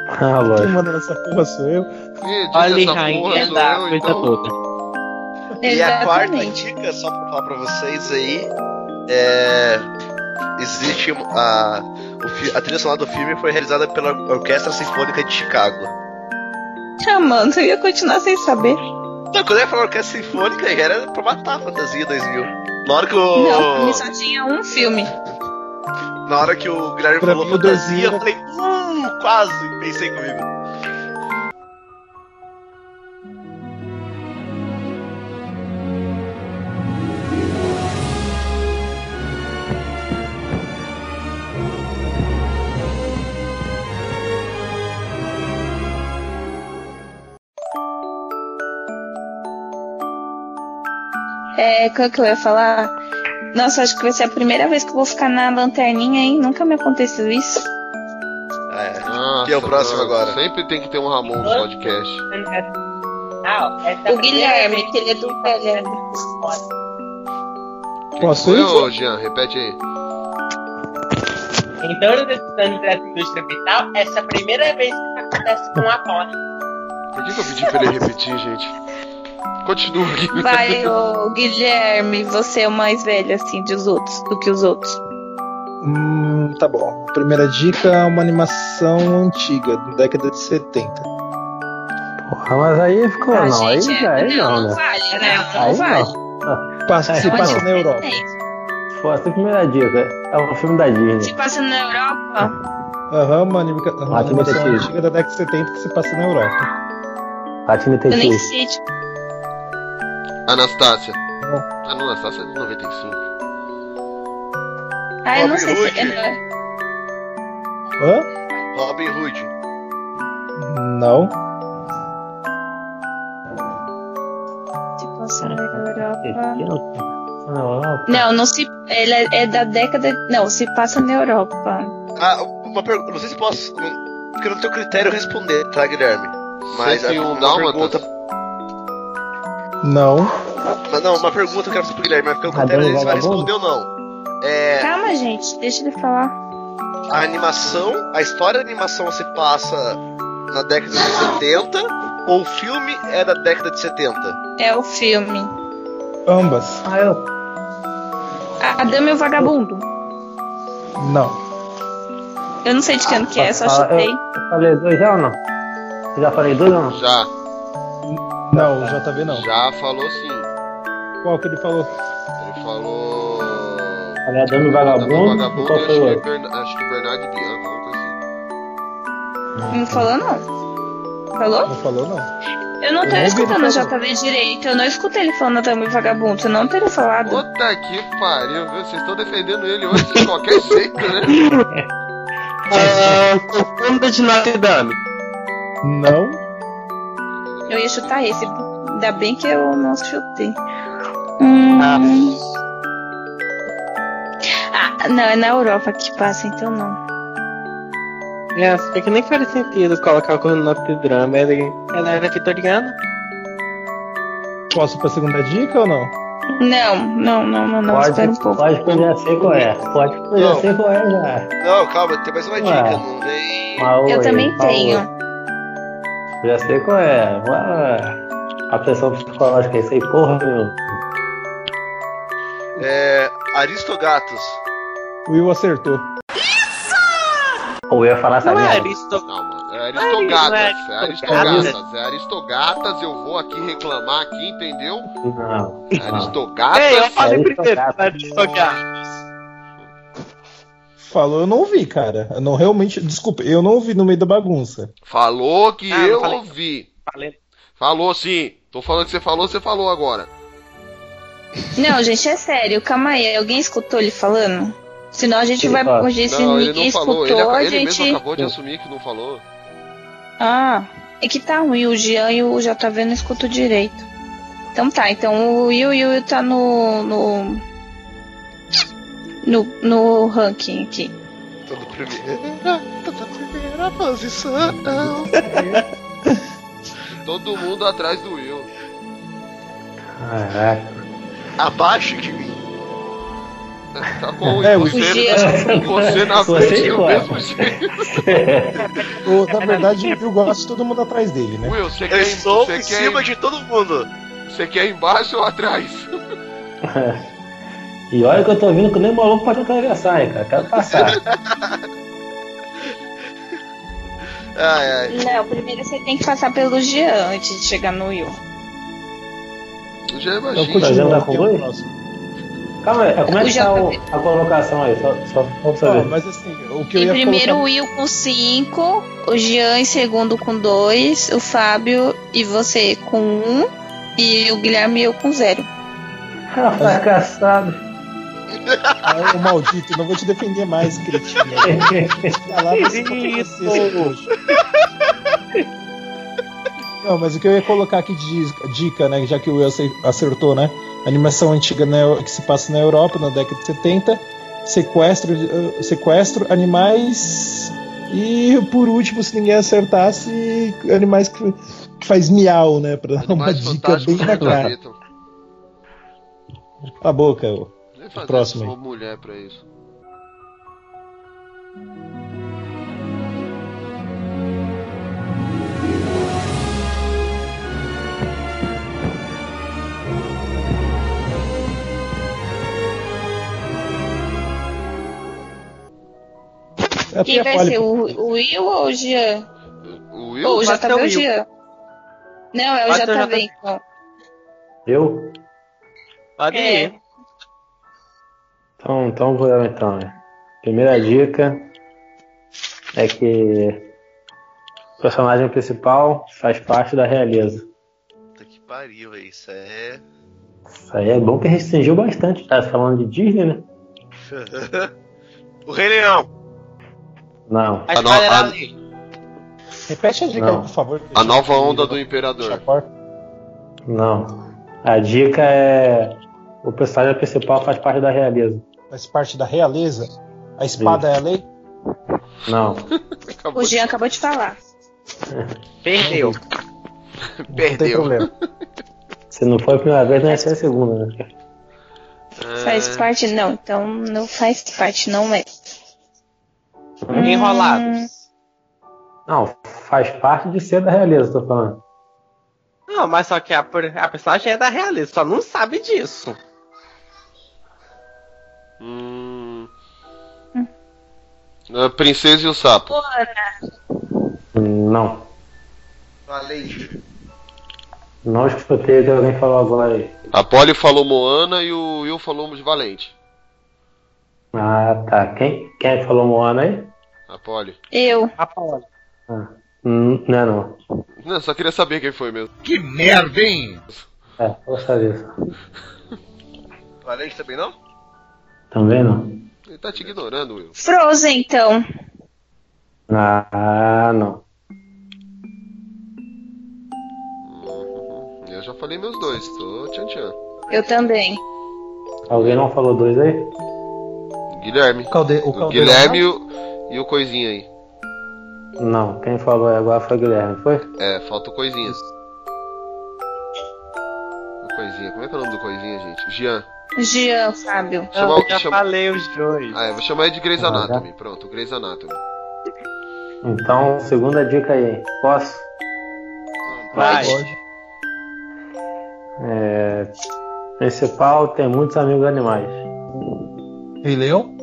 C: Ah,
D: Quem
C: lógico.
D: manda nessa porra sou eu.
B: Ih, diz
G: Olha,
B: essa porra,
G: rainha
B: sou
G: da
B: eu,
G: coisa
B: então.
G: toda.
E: E a quarta
F: Exatamente.
E: dica, só pra falar pra vocês aí, é. Existe uma- a, o fi- a trilha sonora do filme foi realizada pela Orquestra Sinfônica de Chicago.
F: Ah, mano, eu ia continuar sem saber.
E: Não, quando eu ia falar Orquestra Sinfônica, já era pra matar a fantasia 2000. Na hora que o.
F: Não, pra mim só tinha um filme.
E: Na hora que o Guilherme
D: Pra
E: falou
D: mim, o
E: fantasia, eu
D: Dorzinho-
E: falei, hum, quase, pensei comigo.
F: É, qual que eu ia falar? Nossa, acho que vai ser a primeira vez que eu vou ficar na lanterninha, hein? Nunca me aconteceu isso.
E: É.
B: Nossa,
E: Quem é o próximo
B: mano,
E: agora?
B: Sempre tem que ter um Ramon no podcast.
F: O Guilherme, que ele é do Pelé.
D: Posso
B: Foi
D: ir?
B: ô Jean, repete aí.
J: Em todos esses anos da indústria vital, essa é a primeira vez que acontece com a porta.
B: Por que, que eu pedi pra ele repetir, gente? Continua aqui.
F: Vai, ô Guilherme, você é o mais velho, assim, dos outros, do que os outros.
D: Hum, tá bom. Primeira dica é uma animação antiga, da década de 70.
C: Porra, mas aí ficou,
F: Ah,
C: não. Aí
F: gente,
C: já,
F: é-
C: aí não, né?
F: vale, né?
C: Aí não.
D: Passa, se
C: É,
D: passa
C: mas-
D: na Europa.
C: Foi essa a primeira dica. É um filme da Disney.
F: Se passa na Europa,
D: Aham, uma, anima- uma
C: Ah, tem muita
D: animação
C: coisa.
D: antiga da década de 70 que se passa na Europa.
C: Latina
F: eu nem
C: Tetis.
F: sei. Tipo,
B: Anastácia.
D: Não.
B: Ah, não, Anastácia é de 95.
F: ah, eu não
E: Robin
F: sei se.
E: Hood.
F: é-
D: Hã?
E: Robin Hood.
D: Não.
F: Se passa na Europa.
C: Na Europa.
F: Não, não se. Ele é, é da década. Não, se passa na Europa.
E: Ah, uma pergunta. Não sei se posso. Não, porque não tenho critério responder, tá, Guilherme? Mas é
B: 101
E: uma
B: Dálmatas.
D: Não.
E: Mas não, uma pergunta que eu quero fazer pro Guilherme, mas porque o critério
C: Cadê o
E: ele vai
C: Tá vagabundo?
E: responder ou não. É.
F: Calma, gente, deixa ele falar.
E: A animação, a história da animação se passa na década de 70 ou o filme é da década de 70?
F: É o filme.
D: Ambas.
C: Ah, eu.
F: A Dama e o Vagabundo.
D: Não.
F: Eu não sei de que ano que é, só
C: Ah, eu-
F: chutei.
C: eu Falei dois já ou não? Eu Já falei dois ou não?
B: Já,
D: Não, o JV não.
B: já falou sim.
D: Qual que ele falou?
B: Ele falou.
C: Falei a Dama e
B: Dama e
C: o Vagabundo. e
B: vagabundo
C: Qual foi o
B: acho, que é.
C: outro?
B: Bern... acho que Bernardo e Bianca, alguma coisa assim.
F: Não falou, não. Falou?
D: Não falou, não.
F: Eu não tô
D: Eu ouvi
F: escutando o
D: ele falando.
F: JV direito. Eu não escutei ele falando a Dama e o Vagabundo. Eu não teria falado.
B: Puta que pariu, viu? Vocês estão defendendo ele hoje de qualquer jeito, né?
G: Ah, Corcunda de Notre Dame.
D: Não.
F: Eu ia chutar esse. Ainda bem que eu não chutei. Hum.
G: Ah.
F: Ah, não, é na Europa que passa, então não.
G: É, se bem que nem faria sentido colocar o Corcunda de Notre Dame. Ela- Ela era vitoriana.
D: Posso ir pra segunda dica ou não?
F: Não, não, não, não, não. Espera um pouco.
C: Pode que eu já sei qual é. Pode que eu já
E: Não.
C: sei qual é já.
E: Não, calma, tem mais uma
C: Ué.
E: dica, não vem.
C: Maui,
F: Eu também
C: Maui.
F: tenho.
C: Já sei qual é. Vai. A pressão psicológica, isso aí, porra, meu.
E: É. Aristogatos.
D: O Will acertou.
C: Ou eu ia falar essa
G: Não é
C: merda.
G: Aristóteles.
B: Não, mano. É
G: não é
B: Aristogatas. É
G: Aristogatas.
B: Aristogatas. É Aristogatas. Eu vou aqui reclamar aqui, entendeu?
C: Não. não.
G: Ei, eu
B: Aristogatas.
G: falei primeiro. tá
C: Aristogatas.
G: Aristogatos.
D: Falou, eu não ouvi, cara. Eu não realmente. Desculpa, eu não ouvi no meio da bagunça.
B: Falou que
G: Ah, não
B: eu
G: falei.
B: ouvi.
G: Falei.
B: Falou sim. Tô falando que você falou, você falou agora.
F: Não, gente, é sério. Calma aí. Alguém escutou ele falando? Senão a gente
C: Ele
F: vai.
C: fala.
F: Se
B: não, ele
F: ninguém
B: não falou.
F: escutou,
B: Ele,
F: a
B: ele mesmo
F: gente.
B: acabou de assumir que não falou.
F: Ah, é que tá ruim. O Jean e o JV não escutam direito. Então tá, então o Will e o Will tá no, no, no, no ranking aqui.
E: Tô na primeira, tô na primeira posição.
B: Todo mundo atrás do Will.
C: Caraca.
E: Abaixo de mim.
B: Tá bom,
D: É,
B: e
D: o
F: O
B: você,
F: Gia,
B: você na
G: Você
B: frente do
G: embora.
B: mesmo jeito.
D: Eu, na verdade, eu gosto de todo mundo atrás dele, né?
B: Will, você
E: Eu
B: quer, em-
E: estou
B: você
E: em
B: quer
E: cima
B: em-
E: de todo mundo.
B: você quer embaixo ou atrás?
C: E olha que eu tô vindo que nem maluco pra tentar atravessar, hein, cara. Quero passar.
E: Ai, ai.
F: não, primeiro você tem que passar pelo Jean antes de chegar no Will.
B: Eu já
D: Eu
B: imagino.
D: continuo
C: Tá
D: aqui
C: com dois?
D: é o próximo.
C: Calma aí, como é que
F: Já
C: tá o-
F: acabei.
C: a colocação aí? Só, só vamos
D: Não,
C: saber.
D: mas assim, o que eu
F: Em
D: ia
F: primeiro
D: colocar...
F: o Will com 5, o Jean em segundo com 2, o Fábio e você com 1 um, e o Guilherme e eu com 0.
C: Ah, fracassado.
D: Ah, o maldito, não vou te defender mais, Cristina. Falar você tá com
G: Isso.
D: você hoje. Não, mas o que eu ia colocar aqui de dis- dica, né? Já que o Will ace- acertou, né? Animação antiga na Eu- que se passa na Europa na década de 70. Sequestro, eh, sequestro animais. E por último, se ninguém acertasse, animais que, que faz miau, né? Pra dar uma
B: Animais
D: dica bem
B: fantásticos né,
D: na
B: do
D: cara.
B: planeta.
D: Tá boca, Will.
B: Nem fazer
D: Próximo
B: isso
D: aí.
B: uma mulher pra isso.
D: É porque
F: Quem vai
D: olha-
F: ser? O, o Will ou o Jean?
B: O Will?
F: Ou o
G: vai ser o
F: JV ou o
G: Will.
F: Jean? Não, é o
G: Vai ser o
F: JV,
G: JV.
F: então.
C: Eu?
G: Pode
F: É.
G: ir.
C: Então, então vou eu então. né? Primeira dica é que o personagem principal faz parte da realeza.
E: Puta que pariu, velho. Isso é.
C: Isso aí é bom que restringiu bastante. Tá falando de Disney, né?
E: o Rei Leão.
C: Não.
G: A
B: Ah, não,
G: história era
B: ah,
G: ali.
D: Repete a dica,
C: Não.
D: aí, por favor.
B: A nova onda do Imperador.
C: Não. A dica é. O personagem principal faz parte da realeza.
D: Faz parte da realeza. A espada é a lei.
C: Não.
B: Acabou
F: O Jean acabou de falar.
G: Perdeu.
B: de...
C: Não tem
B: Perdeu.
C: problema. Se não foi a primeira vez, não ia ser a segunda, né?
F: Faz parte? Não, então não faz parte, não é.
G: Enrolados.
C: Não, faz parte de ser da realeza, tô falando.
G: Não, mas só que a, per- a personagem é da realista, só não sabe disso.
B: Hum. A É, Princesa e o Sapo.
C: Não.
E: Falei.
C: Não escutei o que alguém falou agora aí.
B: A Polly falou Moana e o Will falou de Valente.
C: Ah, tá. Quem, quem falou Moana aí?
B: A Polly.
F: Eu.
G: A Paola.
C: Hum, Não é não.
B: Não, só queria saber quem foi mesmo.
H: Que merda, hein?
C: É, força disso.
E: Valente também não?
C: Também não.
B: Ele tá te ignorando, Will.
F: Frozen, então.
C: Ah, não.
B: Eu já falei meus dois, tô tchan tchan.
F: Eu também.
C: Alguém não falou dois aí?
B: Guilherme.
D: Calde... O
B: O
D: caldeirão.
B: Guilherme e o, e o Coisinha aí.
C: Não, quem falou aí agora foi o Guilherme, foi?
B: É, falta o Coisinha. O Coisinha, como é que é o nome do Coisinha, gente? Jean.
F: Jean, Fábio.
B: Chamar
G: Eu
B: o
G: já
B: chama...
G: falei os dois.
B: Ah, eu vou chamar ele de Grey's
C: Ah,
B: Anatomy. Pronto, Grey's Anatomy.
C: Então, segunda dica aí. Posso?
G: Vai.
C: É... Principal tem muitos amigos animais.
D: Rei Leão?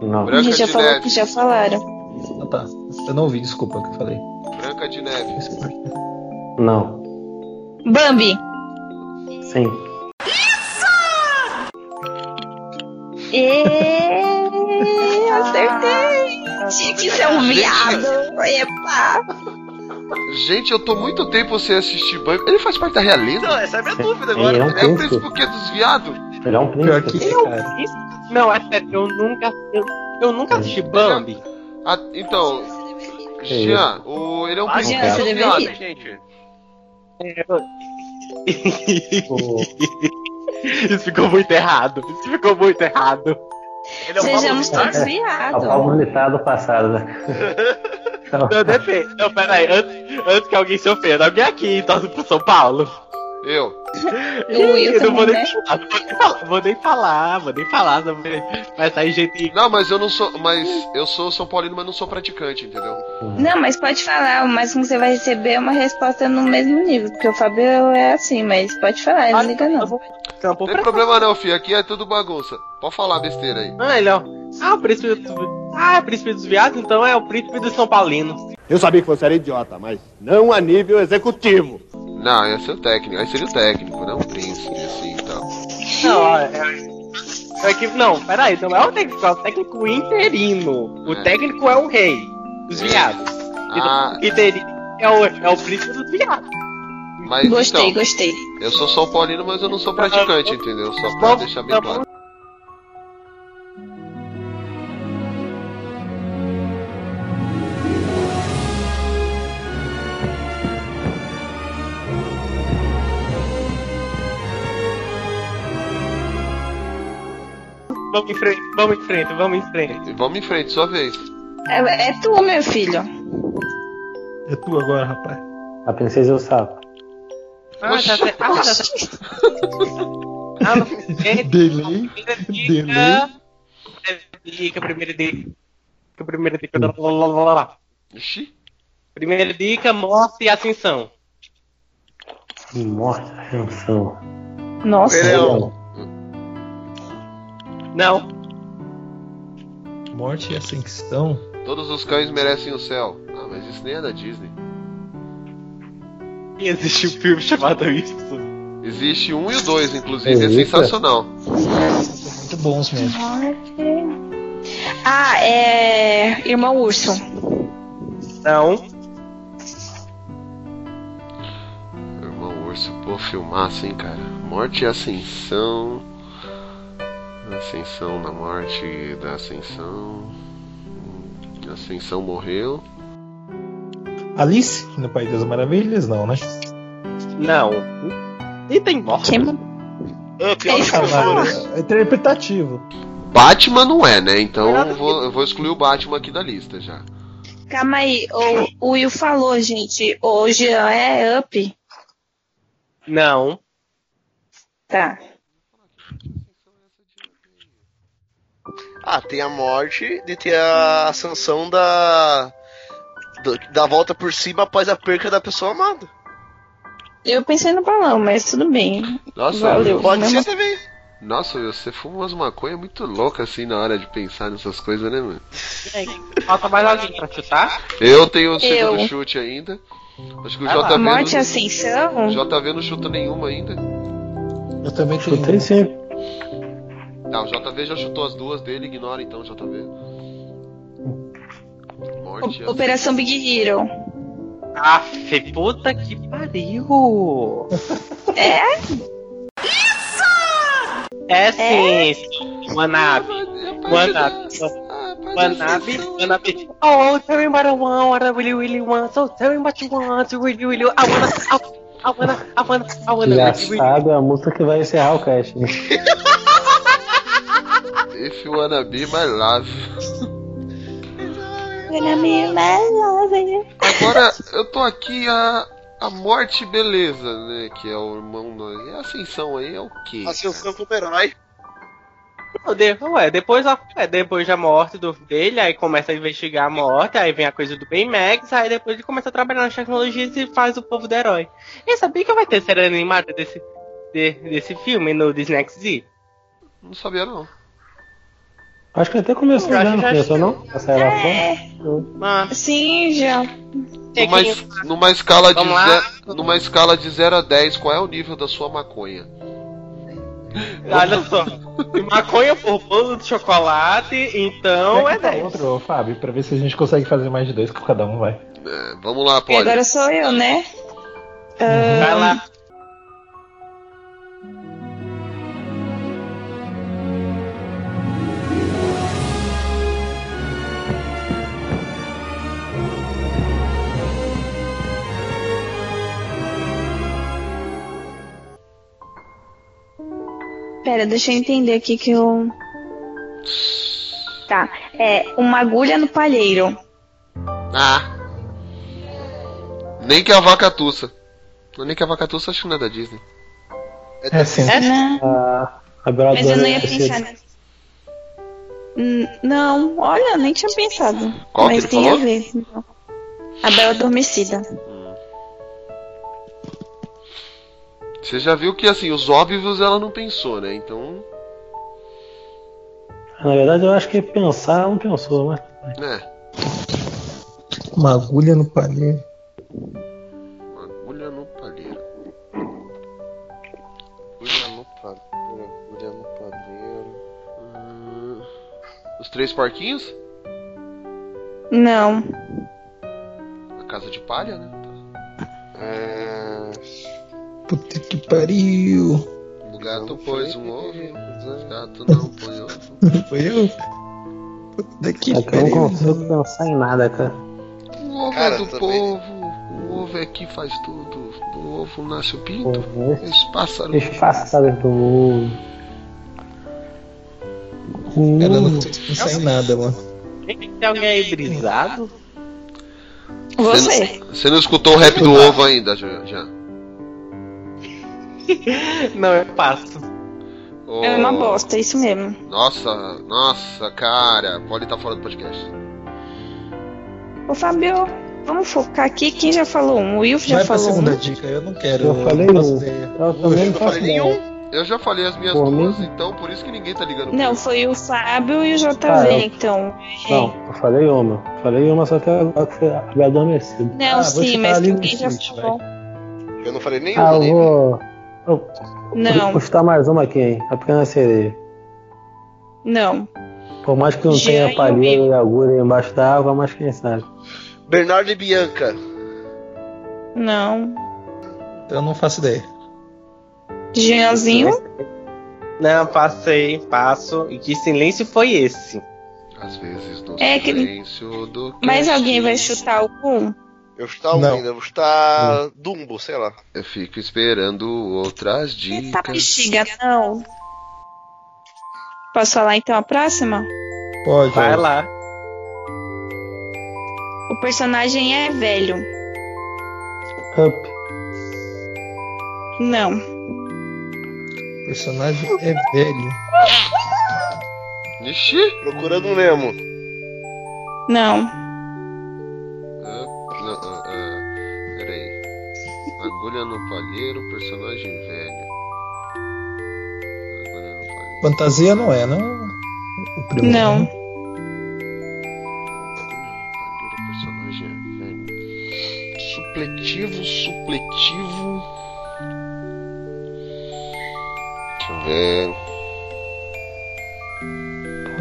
C: Não.
B: Branca
F: já
B: de
F: falou
B: Neve.
F: que já falaram.
D: Ah, tá. Eu não ouvi, desculpa o que eu falei.
B: Branca de Neve.
C: Não.
F: Bambi.
C: Sim.
F: E... Acertei! Tinha que ser um viado! Epa!
B: Gente, eu tô muito tempo sem assistir banho. Ele faz parte da realeza?
E: Não, essa é a minha dúvida
C: Ele é
E: agora.
C: um
B: É o
C: príncipe.
B: príncipe que dos viados?
C: Ele é um
D: Pior
C: príncipe.
D: que, cara.
G: Não, é sério, eu nunca. Eu, eu nunca assisti Bambi.
B: Ah, então, Jean, o, ele é um
E: Ah,
B: príncipe
F: Jean, você
B: dos
F: deveria-
B: viados.
E: gente.
C: O- tipo,
G: Isso ficou muito errado. Isso ficou muito errado.
E: Ele é um Pablo
F: Sejamos
E: Vittar?
F: todos
C: A
F: viados.
C: pau militar do passado, né? Então,
G: Não, depende. Não, peraí. Antes, antes que alguém se ofenda, alguém aqui torce pro São Paulo.
B: Eu.
F: O Will
G: Eu não vou
F: também,
G: nem
F: né?
G: falar, não vou nem falar, vou nem falar, vou nem falar sobre. Vai sair gente.
B: Não, mas eu não sou. Mas eu sou São Paulino, mas não sou praticante, entendeu?
F: Não, mas pode falar, o máximo que você vai receber é uma resposta no mesmo nível, porque o Fábio é assim, mas pode falar,
G: Ah,
F: ele não liga não.
G: Campo
B: Não tem problema não, filho. Aqui é tudo bagunça. Pode falar besteira aí.
G: Ah, ele, ó. Ah, o príncipe do... Ah, é o príncipe dos viados, então é o príncipe do São Paulino.
K: Eu sabia que você era idiota, mas não a nível executivo.
B: Não, ia ser o técnico. Aí seria o técnico, não o príncipe, assim e tal.
G: Não, ó, é. é que- não, peraí, não é o técnico, é o técnico interino. O
B: É.
G: técnico é o rei dos
B: É.
G: viados.
B: Ah.
G: Ah. Interino é o, é o príncipe dos viados.
B: Mas
F: Gostei,
B: então,
F: gostei.
B: eu sou São Paulino, mas eu não sou praticante, entendeu? Só pra deixar
G: tá
B: bem claro.
G: Vamos em frente, vamos em frente, vamos em frente.
B: E vamos em frente, sua vez.
F: É, é tu, meu filho.
D: É tu agora, rapaz.
C: a princesa e o sapo.
G: Ah, já sei. Ah, já sei. Ah, não sei.
D: Delay.
G: Primeira
D: Delay.
G: dica. Primeira dica, é primeira dica. Primeira dica. lá, lá, lá, lá, lá.
B: Ixi.
G: Primeira dica, morte e ascensão.
C: Morte da canção.
F: Nossa,
G: é um- Não.
D: Morte e ascensão.
B: Todos os cães merecem o céu. Ah, mas isso nem é da Disney.
G: E existe um filme chamado isso.
B: Existe um e o dois, inclusive, é
C: Existe?
B: sensacional.
D: Muito bons mesmo.
F: morte. Ah, é. Irmão Urso.
G: Não.
B: Irmão Urso, pô, filmaço, hein, cara. Morte e Ascensão. Ascensão na morte da Ascensão. Ascensão morreu.
D: Alice, no País das Maravilhas, não, né?
G: Não. E tem morte.
F: Quem...
E: Up,
F: É
E: ó,
F: isso.
D: Ah, mas é interpretativo.
B: Batman não é, né? Então eu vou, eu vou excluir o Batman aqui da lista já.
F: Calma aí, o, o Will falou, gente. Hoje é up.
G: Não.
F: Tá.
E: Ah, tem a morte e tem a ascensão da. do- da volta por cima após a perca da pessoa amada.
F: Eu pensei no balão, mas tudo bem.
B: Nossa,
F: Valeu.
B: Will,
E: Pode
F: Não,
E: ser
F: mas-
E: também.
B: nossa, Will, você fuma umas maconhas muito louca assim na hora de pensar nessas coisas, né, mano?
G: Falta mais alguém pra chutar?
B: Eu tenho o segundo
F: Eu.
B: chute ainda. Acho que o
G: Vai lá.
B: JV não,
F: Morte é e Ascensão?
B: JV não chuta nenhuma ainda.
D: Eu também
C: Chutei
D: tenho. um.
C: sim.
B: Tá, o JV já chutou as duas dele, ignora então, JV. Morte. é
F: O- Operação Big Hero.
G: Aff, puta que pariu.
F: É?
G: É sim. Manabe. Manabe.
B: Ah,
G: Manabe. Manabe. Oh, tell me what I want, what I really, really want. So tell me what you want, you really, really want. I wanna, I, I wanna, I wanna, I wanna,
C: Já
G: really, really.
C: sabe é a música que vai encerrar o cast. né?
B: If you wanna be my love.
F: Wanna be my lover.
B: Agora, eu tô aqui a. A morte, beleza, né? Que é o irmão. do- E a ascensão aí é o quê?
E: Ascensão como herói.
G: Não, de- Ué, depois, a, é, depois da morte do, dele, aí começa a investigar a morte, aí vem a coisa do Baymax, aí depois ele começa a trabalhar nas tecnologias e faz o povo do herói. E sabia que vai ter série animada desse, de- desse filme no Disney XD?
B: Não sabia, não.
C: Acho que até começou
G: Eu acho
C: já,
G: que
C: não
G: já
C: começou não? Essa era a forma?
F: É,
G: Ah,
F: sim, já.
B: Numa, es- numa escala de
G: Vamos lá.
B: ze- numa escala de 0 a 10, qual é o nível da sua maconha?
G: olha só. Se maconha for bolo de chocolate, então é
D: Pega
G: 10.
D: outro, ô, Fábio, pra ver se a gente consegue fazer mais de dois com cada um, vai.
B: É, vamos lá,
F: E
B: pode.
F: agora sou eu, né?
G: Vai lá.
F: Pera, deixa eu entender aqui que eu. Tá. É uma agulha no palheiro.
B: Ah. Nem que a vaca tussa. Não, nem que a vaca tussa acho que não é da Disney.
C: É sim.
F: Né?
C: A, a Bela
F: Mas eu
C: Adormecida.
F: não ia pensar nisso. Hum, Não, olha, eu nem tinha pensado.
B: Qual que
F: mas
B: ele
F: tem
B: falou?
F: a ver. então. A Bela Adormecida.
B: Você já viu que assim, os óbvios ela não pensou, né? Então,
C: Na verdade, eu acho que pensar não pensou, mas.
B: né?
L: Uma agulha no palheiro.
B: Agulha no palheiro. Agulha no palheiro, agulha no palheiro. Hum, Os três porquinhos?
F: Não.
B: A casa de palha, né?
L: Puta que pariu.
B: O gato pôs um ovo, o gato não pôs ovo.
L: Foi eu? Puta que
D: um
C: É que eu não
L: pariu.
C: consigo pensar em nada, cara.
B: O ovo
E: Cara,
B: é do
E: também.
B: povo, o ovo é que faz tudo. Do ovo nasce o
C: Pô,
B: pinto,
C: né?
B: os pássaros.
C: Os passados do mundo.
L: Cara, eu não
C: Hum,
L: consigo pensar em nada, mano.
G: Tem alguém aí brisado?
F: Você.
B: Você não escutou o rap do ovo ainda, já? já.
G: Não, eu passo.
B: Ô,
F: É uma bosta, é isso mesmo.
B: Oh, Nossa, nossa, cara. Pode estar fora do podcast.
F: Ô Fabio, vamos focar aqui. Quem já falou um? O Will já
L: Vai pra
F: falou
L: segunda
F: um.
L: dica, eu não quero.
C: Eu falei
L: não faço
C: um.
L: ideia.
C: Eu também não faço ideia.
B: Eu já falei as minhas
C: Por
B: duas,
C: mim?
B: então por isso que ninguém tá ligando.
F: Não, foi o Fábio e o JV,
C: Ah,
L: é
C: eu-
F: então.
C: Não, eu falei uma. Falei uma só até agora que foi a Bela Adormecida.
F: Não,
L: Ah, vou
F: sim,
L: chutar
F: mas
L: ali no
F: ninguém já
L: chute,
F: falou.
E: Eu não falei nenhum,
C: Ah, eu
E: nem
C: vou. Eu vou
F: Não,
C: postar mais uma aqui, hein? A pequena sereia.
F: não.
C: Por mais que não
F: Já
C: tenha
F: eu
C: palheiro e agulha embaixo da água, mas quem sabe?
E: Bernardo e Bianca.
F: Não.
L: Eu não faço ideia.
F: Jeanzinho?
G: Não, passei, passo. E que silêncio foi esse?
B: Às vezes no
F: É que-
B: silêncio do
F: Mas
B: que-
F: alguém vai chutar algum?
E: Eu vou chutar um
L: Não.
E: ainda, eu vou chutar Dumbo, sei lá.
B: Eu fico esperando outras
F: Eita
B: dicas.
F: bexiga, não. Posso falar então a próxima?
L: Pode.
G: Vai lá.
F: O personagem é velho.
C: Up.
F: Não.
L: O personagem é velho.
B: Ixi!
E: Procurando um Nemo.
F: Não.
B: Ah, não, ah, ah, peraí. Agulha no palheiro, personagem velho. Agulha no palheiro.
L: Fantasia não é, não? O primeiro. né?
F: Não.
B: Primeiro personagem é velho. Supletivo, supletivo. Deixa eu ver.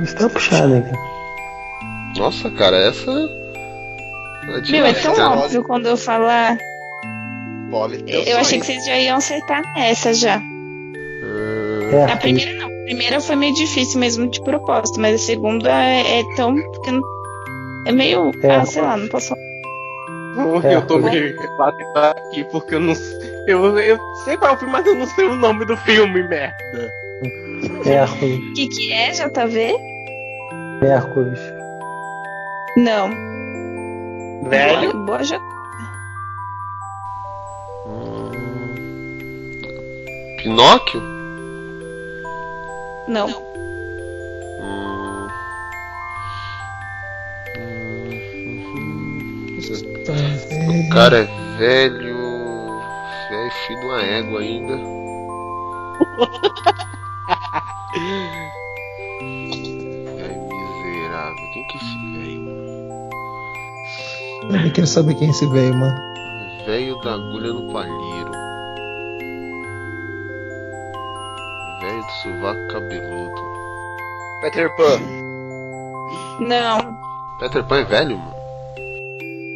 C: Isso tá puxado, hein? cara?
B: Nossa, cara, essa. é de
F: Meu, é
B: lascar.
F: tão óbvio quando eu falar.
E: Poli.
F: Eu achei que vocês já iam acertar nessa já.
C: É,
F: A primeira não. A primeira foi meio difícil mesmo de propósito, mas a segunda é, é tão. que não- É meio.
C: É.
F: Ah, sei lá, não posso falar.
C: É,
G: eu tô
C: foi.
G: meio batendo aqui porque eu não sei. Eu, eu sei qual é o filme, mas eu não sei o nome do filme, merda.
C: Hércules.
F: O que, que é, JV?
C: Hércules.
F: Não.
G: Velho?
F: Boa, boa, J-
B: Pinóquio?
F: Não.
B: Hum,
L: Fantasia.
B: o cara é velho. É filho de uma égua ainda. Ai, miserável. Quem que é esse velho?
L: Eu quero saber quem é esse velho, mano.
B: Velho da agulha no palheiro. Velho do sovaco cabeludo.
E: Peter Pan.
F: Não.
B: Peter Pan é velho, mano?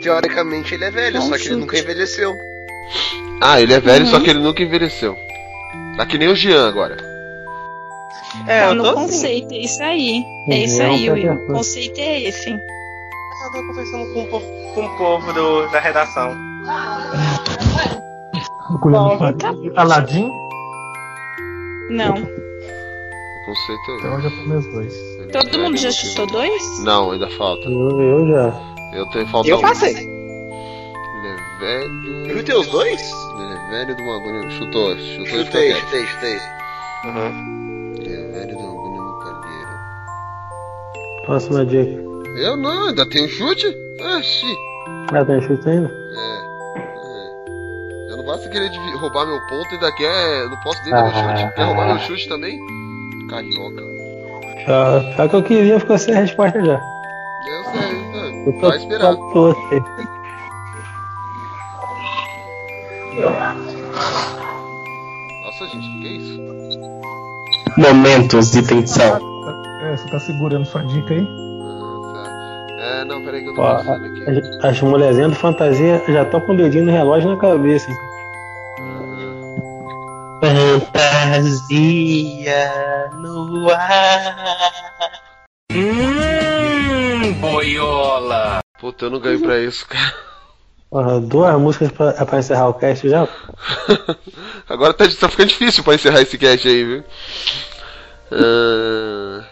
E: Teoricamente ele é velho,
F: Não,
E: só que ele
F: gente.
E: nunca envelheceu.
B: Ah, ele é velho,
F: Uhum.
B: só que ele nunca envelheceu. Tá que nem o Jean agora.
G: É,
F: tá
G: eu
F: no
G: tô assim.
F: conceito, é isso aí. É isso
C: Não,
F: aí,
C: tá
F: Will. O
C: certo.
F: conceito é esse.
G: Eu tô conversando com o povo, com o povo do- da redação.
L: Agulha
F: Bom, tá bom.
L: Aladim?
F: Não.
B: O conceito é
L: Então eu já tomei os dois.
B: é velho.
F: Todo mundo já chutou dois?
B: Não, ainda falta.
C: Eu, eu já.
B: Eu tenho falta
G: Eu
B: um.
G: passei.
B: Ele é velho.
E: Eu chutei os dois?
B: Ele é velho do bagulho. Chutou, chutou e ficou
E: Chutei,
B: quieto.
E: chutei, chutei.
B: Ele é velho do bagulho no palheiro.
C: Próxima dica.
B: Eu não, ainda tenho chute? Ah, sim.
C: Ah, tem chute ainda?
B: É. é. Eu não basta querer divi- roubar meu ponto, ainda quer. Não posso nem dar meu
C: Ah.
B: chute. Quer roubar meu chute também? Carioca.
C: Já, já que eu queria, ficou sem resposta já.
B: Eu sei,
C: Eu
B: eu-
C: tô
B: vai esperar.
C: tô- tô- sei.
B: Nossa, gente, que que é isso?
M: Momentos de tensão.
L: É, você tá segurando sua dica aí?
B: É, não, peraí que eu tô
C: Ó,
B: pensando.
C: a- as mulherzinhas do fantasia já estão com o dedinho no relógio na cabeça. hein?
J: Fantasia no ar. Hum, boiola.
B: Puta, eu não ganho pra isso, cara.
C: Porra, duas músicas pra, pra encerrar o cast já?
B: Agora tá, tá ficando difícil pra encerrar esse cast aí, viu? Ah,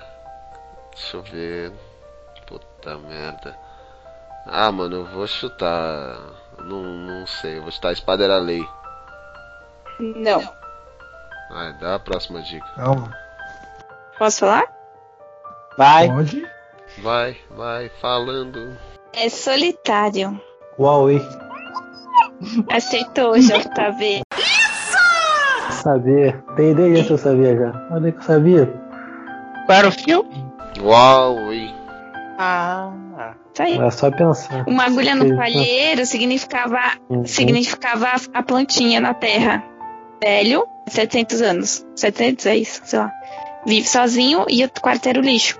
B: deixa eu ver. Puta merda. Ah, mano, eu vou chutar. Não, não sei, eu vou chutar a espada era lei.
F: Não.
B: Vai, dá a próxima dica.
L: Calma.
F: Posso falar?
G: Vai.
L: Pode?
B: Vai, vai, falando.
F: É solitário.
C: Huawei.
F: Aceitou, tá JV.
C: Sabia. Tem ideia disso eu sabia já. Olha que eu sabia.
G: Qual era o filme?
B: Huawei.
G: Ah.
F: Tá aí.
C: Era É só pensar.
F: Uma agulha no
C: Sim.
F: palheiro significava,
C: Uhum.
F: significava a plantinha na terra. Velho, 700 anos. 700 é isso, sei lá. Vive sozinho e o quarto era o lixo.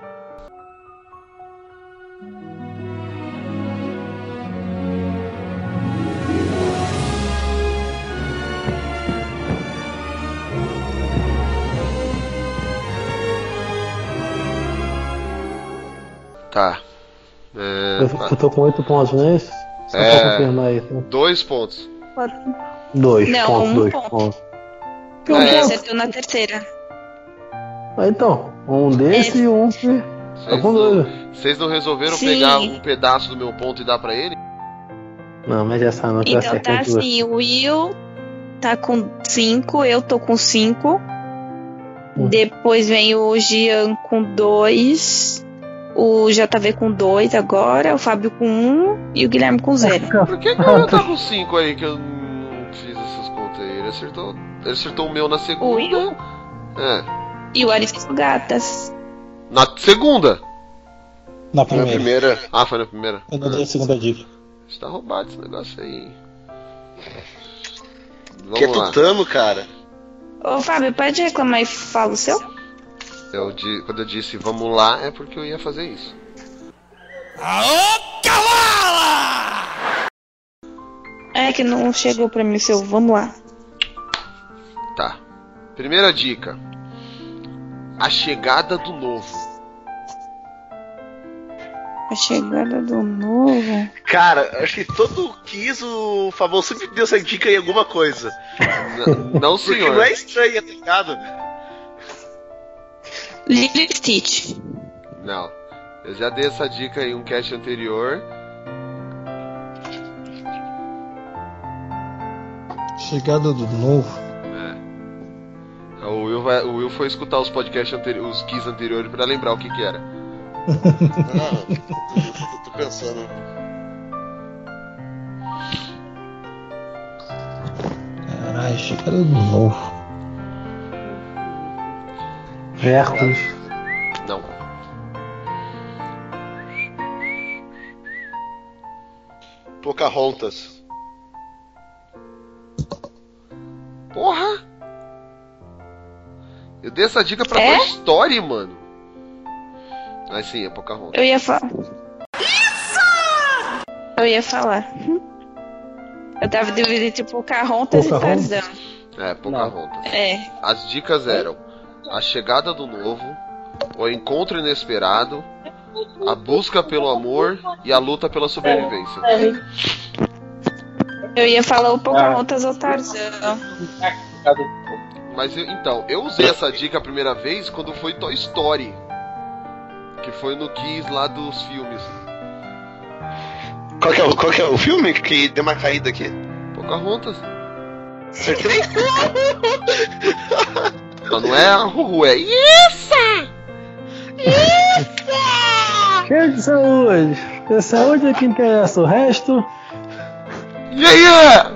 B: Tá. É,
C: Eu,
B: fa-
C: eu tô com oito pontos, não é isso? Só pra
B: É.
C: confirmar aí. Tá?
B: Dois pontos.
C: Dois
F: Não,
C: pontos,
F: um
C: dois
F: ponto.
C: pontos.
F: Ele
C: é.
F: acertou na terceira.
C: Ah, então, um
F: É
C: desse e um que. Tá
B: Vocês
C: com
B: não,
C: dois.
B: vocês não resolveram
F: Sim.
B: pegar um pedaço do meu ponto e dar pra ele?
C: Não, mas essa não tá
F: Então
C: certa.
F: tá
C: é duas.
F: assim, o Will tá com 5, eu tô com 5. Depois vem o Gian com 2. O JV com 2 agora, o Fábio com 1 um, e o Guilherme com 0.
B: Por que, que o meu tá com 5 aí que eu não fiz essas contas aí? Ele acertou, ele acertou o meu na segunda. É.
F: E o Aristogatas.
B: Na segunda?
D: Na primeira.
B: Ah, foi na primeira.
D: Eu não dei a segunda dica.
B: Você tá roubado esse negócio aí. Vamos
E: Que é
B: lá.
E: tutano, cara.
F: Ô Fábio, pode reclamar e fala o seu?
B: Eu di- quando eu disse vamos lá, é porque eu ia fazer isso.
F: É que não chegou pra mim o seu, vamos lá.
B: Tá. Primeira dica: A chegada do novo.
F: A chegada do Tá novo.
E: Cara, acho que todo quis o Fabão sempre deu essa dica em alguma coisa.
B: N- não,
E: Porque
B: senhor.
E: não é estranho, tá ligado?
F: Lilo e Stitch.
B: Não. Eu já dei essa dica em um cast anterior.
L: Chegada do novo.
B: O Will, vai- o Will foi escutar os podcasts anteriores, os keys anteriores pra lembrar o que que era.
E: Tô pensando.
L: Caralho, chegada do novo.
C: Hércules.
B: Não.
E: Pocahontas.
B: Porra! Eu dei essa dica pra
F: É?
B: Toy Story, mano. Mas sim, é Pocahontas.
F: Eu ia falar. Eu ia falar. Eu tava dividindo tipo Pocahontas e
B: Pocahontas?
F: Tarzan.
B: É, Pocahontas.
F: É.
B: As dicas eram a chegada do novo, o encontro inesperado, a busca pelo amor e a luta pela sobrevivência.
F: Eu ia falar o Pocahontas ou Tarzan.
B: Mas eu- então, eu usei essa dica a primeira vez quando foi Toy Story. Que foi no Kiss lá dos filmes.
E: Qual que, é o, qual que é o filme que deu uma caída aqui?
B: Pocahontas.
E: Acertei?
B: Mas não é a Ruhu, é Isso!
C: Isso! Cheio de saúde. Ter saúde é que interessa, o resto.
B: Yeah, yeah!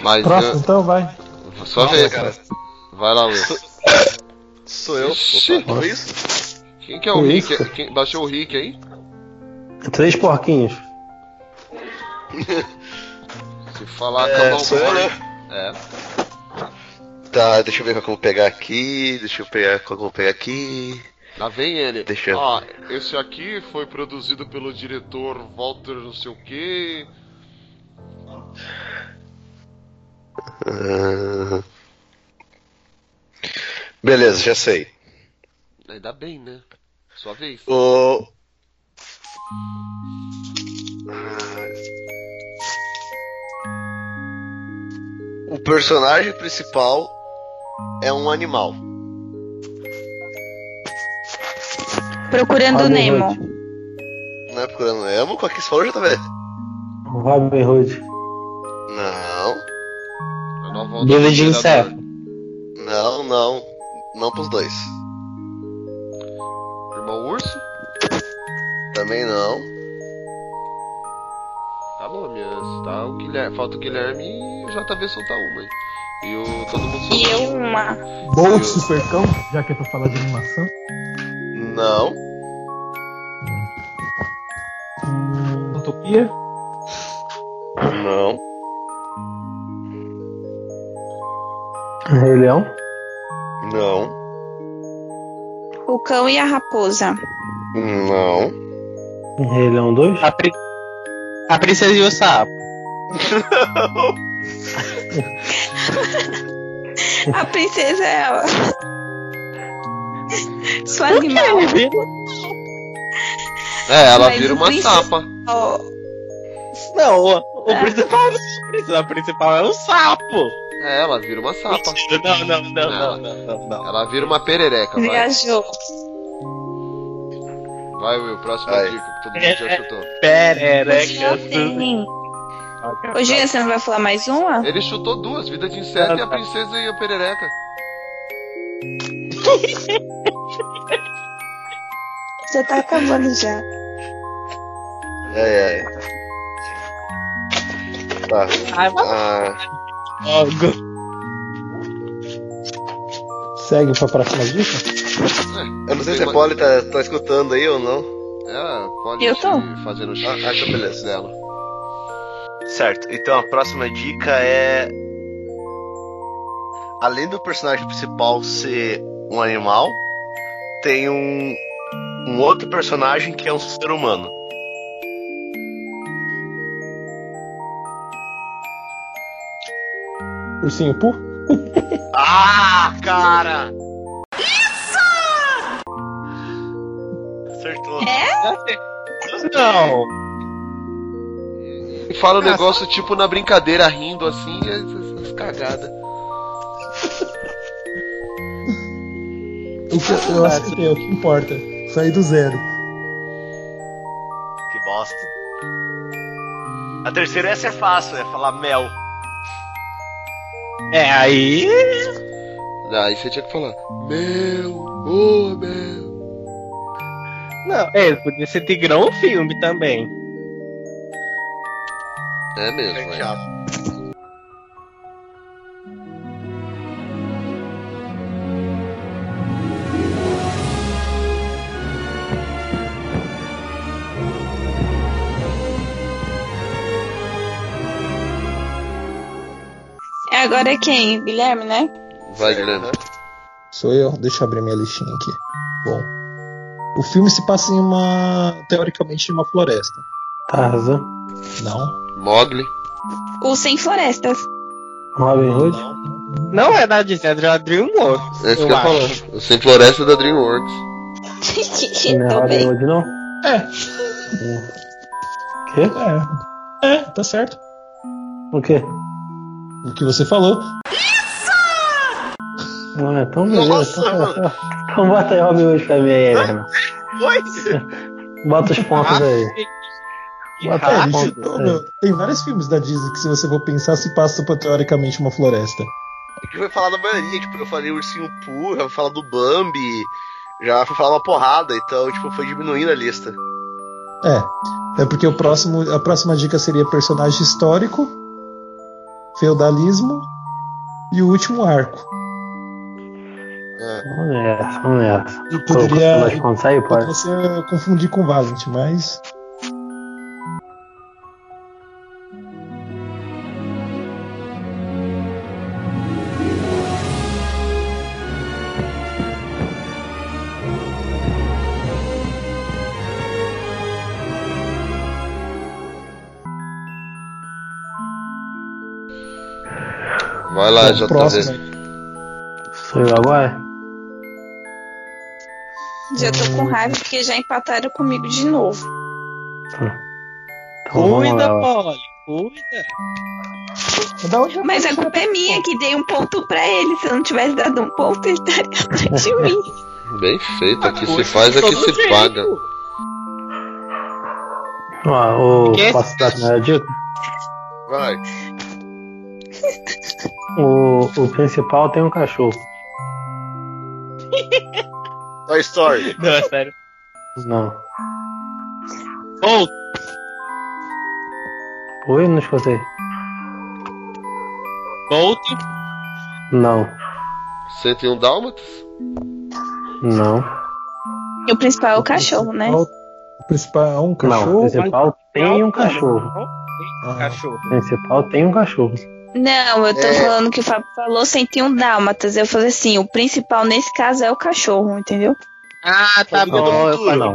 B: Mas
D: Próximo,
B: eu-
D: então, vai.
B: só
E: Nossa,
B: ver.
E: cara.
B: Vai lá, Luiz.
E: Sou eu.
B: Ixi.
E: Opa, Luiz?
B: Quem que é o
C: Luiz.
B: Rick? Quem baixou o Rick aí?
C: é Três porquinhos.
B: Se falar,
E: É,
B: acabar
E: sou eu,
B: o
E: né?
B: É.
E: Tá, deixa eu ver como pegar aqui. Deixa eu pegar como pegar aqui.
B: Lá vem ele.
E: Deixa eu-
B: Ó, esse aqui foi produzido pelo diretor Walter não sei o que.
E: Ah. Beleza, já sei.
B: Ainda bem, né? Sua vez.
E: O. O personagem principal é um animal.
F: Procurando
C: Robin
F: Nemo.
C: Hood.
E: Não é procurando Nemo? Qual que você falou já tá vendo?
C: Robin Hood.
E: Não,
B: A nova onda
C: Dividindo
B: do
C: certo.
B: Predador.
E: não, não. Não pros dois.
B: Irmão Urso?
E: Também não.
B: Tá bom, minhas. Tá o Guilherme. Falta o Guilherme e o JV soltar uma aí. E o todo mundo
F: E
B: soltar
F: eu
B: uma.
F: uma.
L: Bolt Supercão, já que é pra falar de animação.
E: Não.
L: Utopia.
E: Não.
C: Um Rei Leão.
E: Não.
F: O cão e a raposa.
E: Não.
C: Um Rei Leão 2.
G: A, pri- a princesa e o sapo.
F: A princesa é ela. Sua animal.
B: É, ela
F: Mas
B: vira
F: o
B: uma
F: princesa-
B: sapa.
F: Ó,
G: Não, o, o principal não é a princesa, a principal é o sapo.
B: É, ela vira uma sapa.
G: Não, não, não, não, não, não, não.
B: Ela vira uma perereca, vai.
F: viajou.
B: Vai, Will, próxima
E: Vai.
B: dica que todo mundo já chutou.
G: Perereca.
F: Sim. Ô, Juliana, você não vai falar mais uma?
B: Ele chutou duas, vida de inseto e a princesa e a perereca.
F: Já tá acabando já.
E: Ai, ai. é, Tá.
G: Ai,
E: Ah,
G: logo.
D: Segue pra próxima dica?
E: eu não sei se
B: Tem
E: a
B: uma-
E: Polly tá, tá escutando aí ou não.
B: É, pode
F: Eu tô.
B: fazendo
E: Ah, ah, então beleza.
B: dela.
E: Certo, então a próxima dica é. Além do personagem principal ser um animal, tem um, um outro personagem que é um ser humano.
D: Ursinho Poo?
E: Ah, cara! Isso! Acertou.
G: Não.
B: E fala um negócio tipo na brincadeira, rindo assim, e essas essas cagadas.
D: O que eu acertei, o que importa. Saí do zero.
E: Que bosta. A terceira essa é fácil, é falar mel.
G: É, aí.
E: Ah,
B: Aí você tinha que falar, meu,
E: oh,
B: ô meu.
G: Não, é, podia ser Tigrão o filme também.
B: É mesmo, é.
F: É agora quem? Guilherme, né?
B: Vai, Guilherme.
D: Sou eu? Deixa eu abrir minha listinha aqui. Bom. O filme se passa em uma. teoricamente em uma floresta.
C: Tarzan.
D: Não.
B: Mogli.
F: O Sem Florestas.
C: Um Robin Hood.
D: Não.
G: Não é da Disney, é da DreamWorks.
B: É isso que eu falo. Eu sempre floresta da DreamWorks.
F: Tô
C: Não,
F: bem.
C: Hollywood não?
D: É.
C: Quê?
D: É. É, tá certo.
C: O quê?
D: O que você falou.
C: Ah, então beleza. então, então bota aí Hollywood pra mim aí, Herman. Bota os
G: Ah.
C: pontos aí. Bota
D: É,
C: os
D: isso,
C: pontos
D: não,
C: aí.
D: meu, tem vários filmes da Disney que, se você for pensar, se passa por, teoricamente uma floresta.
E: A gente vai É falar da maioria, tipo, eu falei Ursinho Poo, já vou falar do Bambi, já fui falar uma porrada, então, tipo, foi diminuindo a lista.
D: É, é porque o próximo, a próxima dica seria personagem histórico, feudalismo e o último arco.
C: Vamos nessa, vamos nessa.
D: E poderia-
C: Nós consegue, pode?
D: Você confundir com Valent, mas.
B: Vai lá,
D: Então,
B: JV.
D: próximo
C: Sou eu agora?
F: Já tô com raiva porque já empataram comigo de novo.
C: Então vamos lá. ó.
G: Olha, cuida.
F: Mas a culpa é minha que dei um ponto pra ele. Se eu não tivesse dado um ponto, ele estaria atrás de mim.
B: Bem feito, aqui se faz, aqui se paga.
C: Ó, o-
B: Que?
C: Posso dar a primeira dica?
B: Vai.
C: O, o principal tem um cachorro.
E: Toy Story.
G: Não, é sério.
C: Não.
G: Ou
C: Oi, não escutei.
G: Bolt,
C: Não,
B: 101 Dálmatas?
C: não.
F: E o principal é o cachorro, né?
D: O principal é um
C: Não, o
D: cachorro.
C: principal tem um cachorro.
G: cachorro.
C: O principal tem um cachorro.
F: Não, eu tô
C: É.
F: falando que o Fábio falou 101 dálmatas. Eu falei assim, o principal nesse caso é o cachorro, entendeu?
G: Ah, tá
C: bom. não.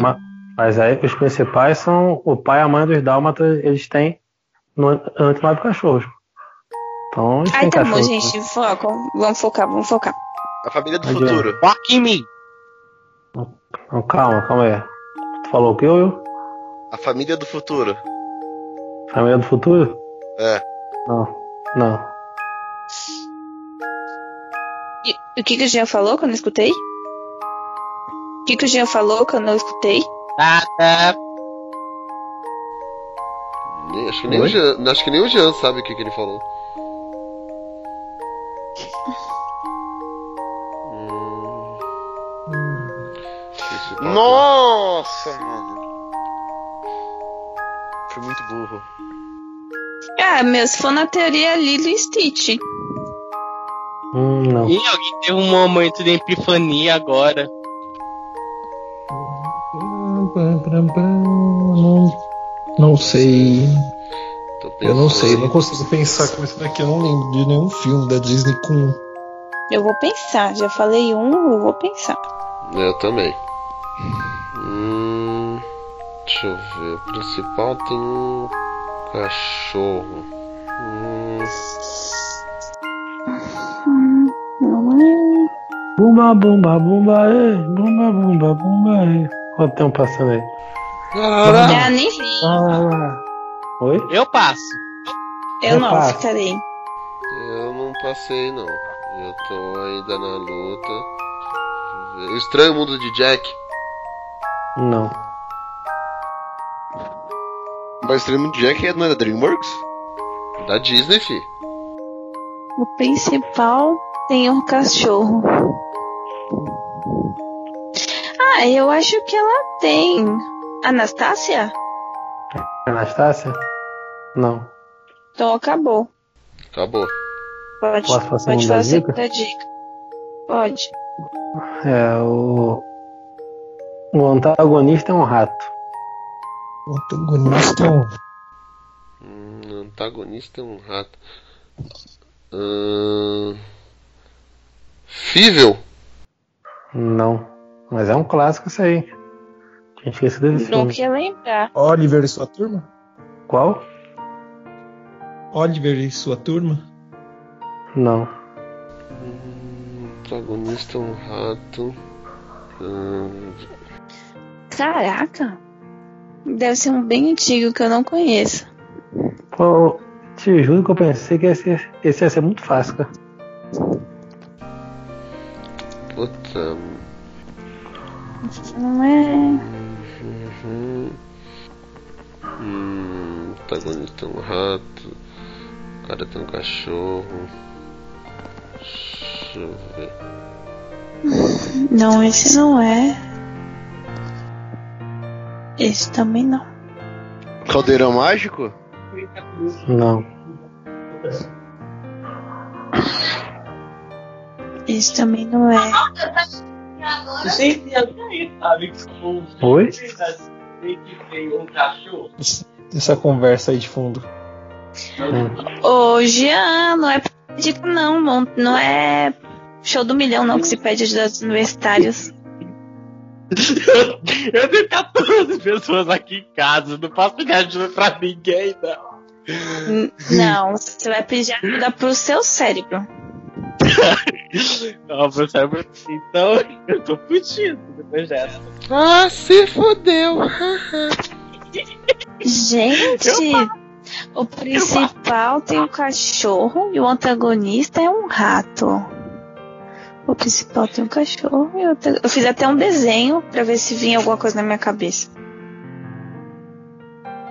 C: Ma- Mas aí os principais são o pai e a mãe dos dálmatas, eles têm no, antes nove cachorros. Então eles
F: Ai,
C: têm
F: tá bom,
C: cachorro.
F: gente, foca. Vamos focar, vamos focar.
E: A família do
C: Adianta.
E: futuro.
G: Walk in me.
C: Então, calma, calma aí. Tu falou o que, Will?
E: A família do futuro.
C: Família do futuro?
E: É.
C: Não, não.
F: E o que, que o Jean falou que eu não escutei? O que, que o Jean falou que eu não escutei?
G: Ah, tá.
B: Nem- Acho que, nem o
C: Oi?
B: Jean, acho que nem o Jean sabe o que, que ele falou.
E: Nossa, mano. Foi muito burro.
F: Ah, meu, se for na teoria Lilo e Stitch.
C: Hum, não.
G: Ih, alguém teve um momento de epifania agora.
D: Não, não sei. Eu
E: é
D: não sei, não consigo pensar com isso daqui. Eu não lembro de nenhum filme da Disney com.
F: Eu vou pensar, já falei um, eu vou pensar.
B: Eu também. Hum, deixa eu ver. O principal tem um cachorro. Hum,
C: Bumba, bumba, bumba, ê, bumba, bumba, bumba, ê. Quanto tempo passando aí?
F: Ah, nem ri.
C: Lá, lá, lá. Oi?
G: Eu passo.
F: Eu
C: Eu
F: não,
C: passo.
F: ficarei.
B: eu não passei, não. Eu tô ainda na luta. Deixa eu ver. O Estranho Mundo de Jack.
C: Não.
E: Mas o Estranho Mundo de Jack não é da DreamWorks?
B: Da Disney, fi.
F: O principal tem um cachorro. Ah, eu acho que ela tem. Anastácia?
C: Anastácia? Não.
F: Então acabou.
B: Acabou.
F: Pode,
C: Posso fazer
F: pode
C: um da
F: fazer então.
C: dica?
F: da dica. Pode.
C: É, o. O antagonista é um rato.
D: O antagonista é um.
B: Hum, antagonista é um rato. Hum, Fível.
C: Não. Mas é um clássico isso aí. Tinha esquecido desse
F: Não
C: filme.
F: quer lembrar.
D: Oliver e sua turma?
C: Qual?
D: Oliver e sua turma?
C: Não.
B: Protagonista é um rato. Ahn,
F: Caraca! Deve ser um bem antigo que eu não conheço.
C: Pô, te juro que eu pensei que esse, esse ia ser muito fácil, cara.
B: puta.
F: Não é.
B: Uhum. Hum, protagonista é um rato. O cara tem um cachorro. Deixa eu ver.
F: Não, esse não é. Esse também não.
E: Caldeirão mágico?
C: Não.
F: Esse também não é.
J: Gente, alguém sabe que o
D: Oi?
J: tem que ter um cachorro?
D: Essa conversa aí de fundo.
C: Hum.
F: Ô, Jean, não é dica não, mon- não é show do milhão não que se pede ajuda dos universitários.
G: Eu tenho 14 pessoas aqui em casa, não posso pedir ajuda pra ninguém, não.
F: N- Não, você vai pedir ajuda pro seu cérebro.
G: Não, meu cérebro, então eu tô fudido depois dessa.
B: Ah, se fodeu!
F: Gente, o principal tem um cachorro e o antagonista é um rato. O principal tem um cachorro e o anta- Eu fiz até um desenho pra ver se vinha alguma coisa na minha cabeça.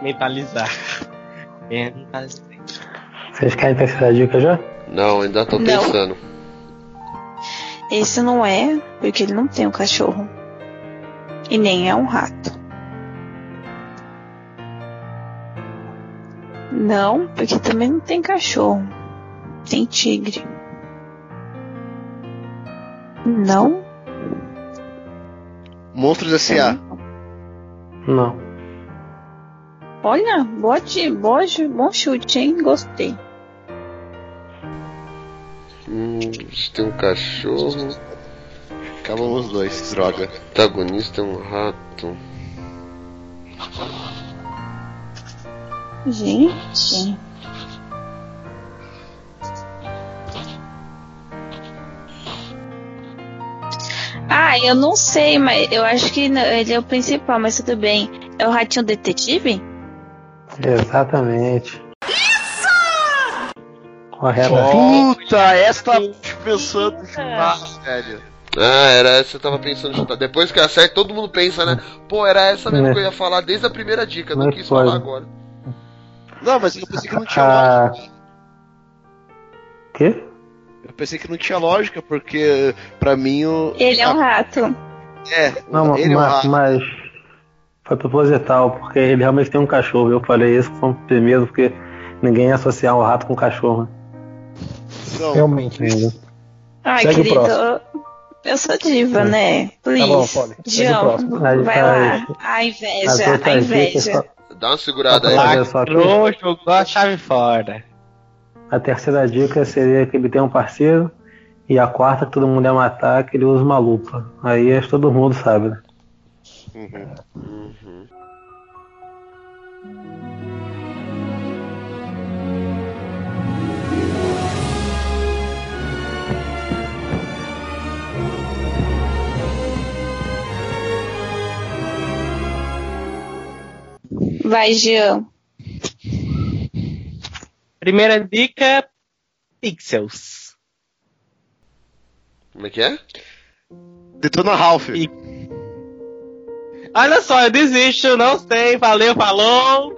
G: Mentalizar. Mentalizar.
C: Vocês querem pensar a dica já?
B: Não, ainda tô
F: Não.
B: pensando.
F: Esse não é, porque ele não tem um cachorro. E nem é um rato. Não, porque também não tem cachorro. Tem tigre. Não,
E: Monstros S.A.
C: Não.
F: olha, bote, bote, bom chute, hein? Gostei.
B: Hum, se tem um cachorro.
E: Acabam os dois, droga.
B: Protagonista é um rato.
F: Gente. Ah, eu não sei, mas eu acho que n- ele é o principal, mas tudo bem. É o ratinho detetive?
C: Exatamente. Correto.
E: Puta, essa tá pensando demais, velho.
B: Ah, era essa que eu tava pensando em chutar. Depois que acerta, todo mundo pensa, né? Pô, era essa mesmo
C: Né.
B: que eu ia falar desde a primeira dica, É. não é
C: Né,
B: quis
C: pode.
B: falar agora.
E: Não, mas eu pensei que não tinha
C: Ah.
E: lógica.
C: Quê?
E: Eu pensei que não tinha lógica, porque pra mim o.
F: Ele é um rato.
E: É,
C: Não, ma-
E: ele é um
C: mas,
E: rato.
C: mas foi proposital, porque ele realmente tem um cachorro. Eu falei isso como primeiro, porque ninguém ia associar um rato com um cachorro. né?
E: Não,
B: É
D: Realmente.
F: Ai,
D: Segue o
F: querido,
D: próximo. Tá
F: eu, eu sou diva, né? Please.
D: bom, Polly, segue o próximo. tá
F: João, vai lá. A
C: As
F: inveja, a
C: outras dicas
F: inveja.
C: só-
B: Dá uma segurada aí.
C: Olha só aqui.
G: Lacrou, jogou a chave fora.
C: A terceira dica seria que ele tem um parceiro. E a quarta, que todo mundo ia matar, que ele usa uma lupa. Aí acho que todo mundo sabe, né?
F: Vai, Jean.
G: Primeira dica: pixels.
B: Como é que é?
E: Detona Ralph.
G: E- Olha só, eu desisto, não sei. Valeu, falou.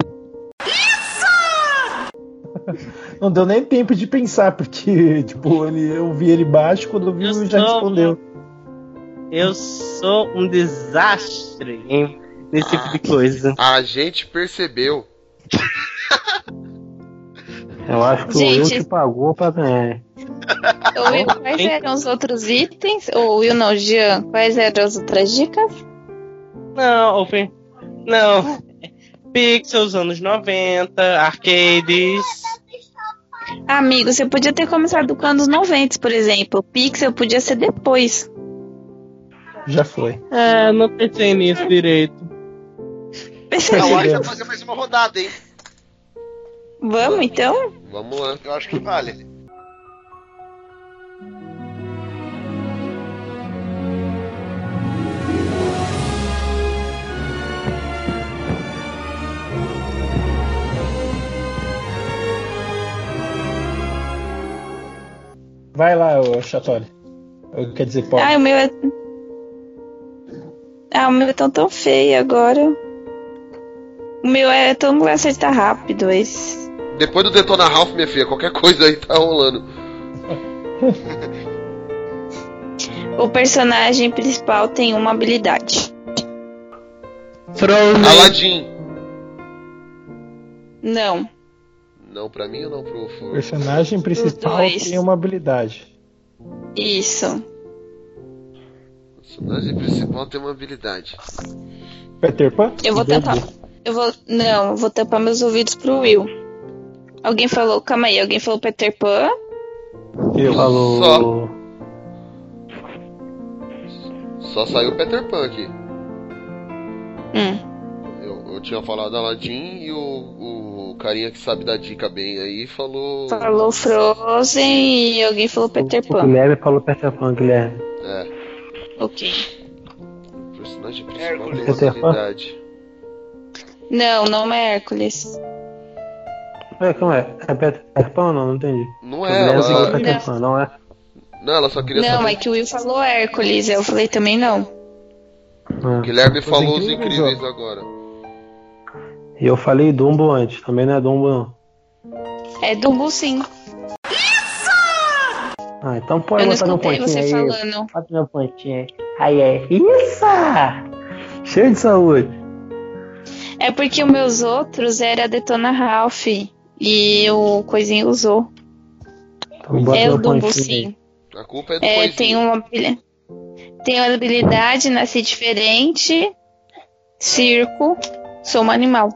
D: Não deu nem tempo de pensar, porque, tipo, ele, eu vi ele baixo, quando eu vi,
G: Eu
D: já
G: sou-
D: respondeu.
G: Eu sou um desastre em- nesse tipo de coisa.
B: A gente percebeu.
C: Eu acho que o
F: Gente.
C: Will te pagou pra ganhar.
F: Ô, Will, quais eram os outros itens? Ou Will não, Jean, quais eram as outras dicas?
G: Não, Open. Não. Pixels, anos 90, arcades.
F: Amigo, você podia ter começado com anos 90, por exemplo. Pixel podia ser depois.
D: Já foi.
G: É, não pensei nisso direito.
E: Eu acho que
F: Percebeu?
E: dá pra fazer mais uma rodada, hein?
F: Vamos então?
B: Vamos lá.
E: Eu acho que vale.
D: Vai lá, ô Chatoli. Eu- Quer dizer, Paulo.
F: Ah, o meu é. Ah, o meu é tão tão feio agora. O meu é todo mundo vai acertar rápido, esse.
B: Depois do Detona Ralph, minha filha, qualquer coisa aí tá rolando.
F: O personagem principal tem uma habilidade.
G: Frozen.
B: Aladdin.
F: Não.
B: Não pra mim ou não pro
D: O
B: Furo?
D: personagem principal
F: dois.
D: tem uma habilidade.
F: Isso.
B: O personagem principal tem uma habilidade.
D: Peter Pan?
F: Eu vou tampar. Eu vou. Não, eu vou tampar meus ouvidos pro Will. Alguém falou. Calma aí, alguém falou Peter Pan?
C: Eu falo.
B: Só. Só saiu o Peter Pan aqui.
F: Hum.
B: Eu, eu tinha falado Aladdin e o, o carinha que sabe dar dica bem aí falou.
F: Falou Frozen e alguém falou Peter
C: O
F: Pan.
C: Guilherme falou Peter Pan, Guilherme.
B: É,
F: Ok.
B: o personagem principal tem
C: Hércules.
B: uma habilidade.
F: Não, não é Hércules.
C: Ué, como é? É Peter Pan ou não? Não entendi.
B: Não
C: O
B: é,
C: Guilherme falou
B: ela,
C: Peter Pan, não é?
B: não, ela só queria
F: Não,
B: saber.
F: é que o Will falou Hércules, eu falei também não.
C: Ah.
B: Guilherme
D: Os
B: falou os
D: Incríveis,
B: incríveis agora.
C: E eu falei Dumbo antes, também não é Dumbo não.
F: É Dumbo sim.
C: Ah, então pode
F: eu não
C: botar meu
F: escutei
C: pontinho
F: você
C: aí.
F: falando.
C: Bota meu pontinho aí. Aí é. Isso! Cheio de saúde.
F: É porque os meus outros era Detona Ralph e o Coisinho usou.
C: Então bota
F: é o
C: meu
F: Dumbo
C: pontinho aí.
F: sim.
B: A culpa é do
F: É,
B: coisinho.
F: tem uma habili- tem uma habilidade, nasci diferente, circo, sou um animal.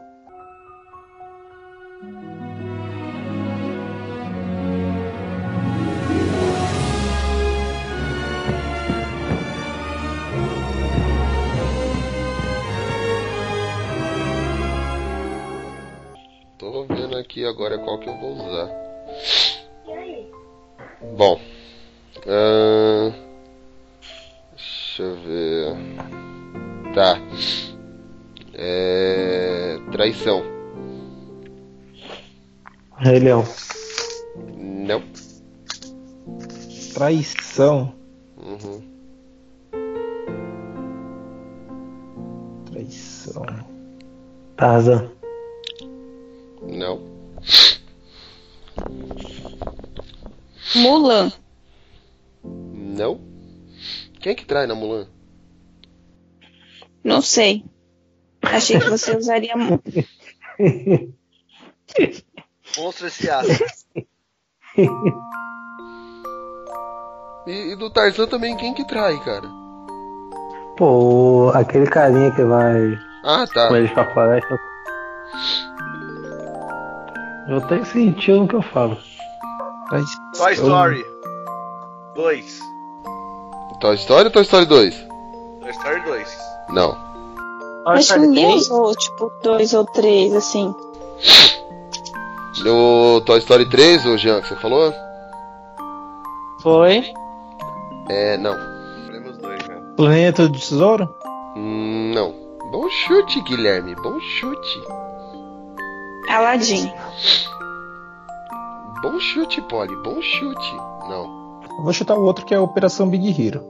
B: Tô vendo aqui agora qual que eu vou usar. Bom. ahn, deixa eu ver. Tá. É, traição.
C: Rei Leão.
B: Não.
D: Traição.
B: Uhum.
D: Traição.
C: Tarzan.
B: Não.
F: Mulan.
B: Não. Quem é que trai na Mulan?
F: Não sei. Achei que você usaria. mu-
E: Monstro S.A.
B: E, e do Tarzan também, quem é que trai, cara?
C: Pô, aquele carinha que vai
B: Ah, tá.
C: com eles pra floresta. Eu tenho sentido no que eu falo.
E: Toy Story 2.
B: Toy Story ou Toy Story 2?
E: Toy Story 2.
B: Não.
F: Acho que ninguém usou, tipo, dois ou três, assim.
B: No Toy Story 3, o Jean, que você falou?
G: Foi.
B: É, não.
E: Falei os dois, né?
D: Planeta do Tesouro?
B: Hum, Não. Bom chute, Guilherme. Bom chute.
F: Aladdin.
B: Bom chute, Polly. Bom chute. Não.
D: Eu vou chutar o outro que é Operação Big Hero.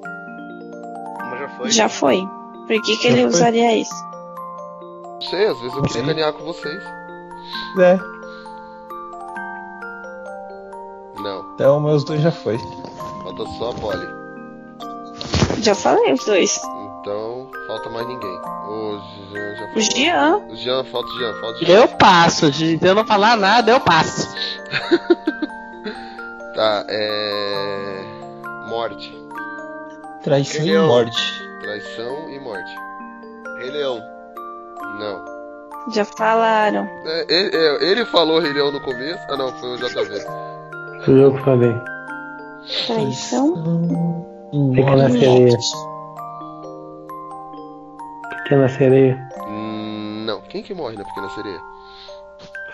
E: Mas já foi.
F: Já foi. Por que, que
D: Já
F: ele
D: foi.
F: usaria isso?
B: Não sei, às vezes eu queria ganhar com vocês.
D: É.
B: Não.
D: Então meus dois já foi.
B: Falta só a Polly.
F: Já falei os dois.
B: Então, falta mais ninguém. O Jean já
F: O
B: falta. Jean,
F: Jean.
B: falta o Jean, falta o Jean.
G: Eu passo, gente. Se eu não falar nada, eu passo.
B: Tá, é. Morte.
D: Traição e
E: Eu-
D: morte.
B: Traição e morte.
E: Rei Leão.
B: Não.
F: Já falaram.
B: É, ele, é, ele falou Rei Leão no começo. Ah, não, foi o JV.
C: O jogo também.
F: Traição.
D: e
C: Pequena sereia. Pequena sereia.
B: Hum, não. Quem que morre na Pequena Sereia?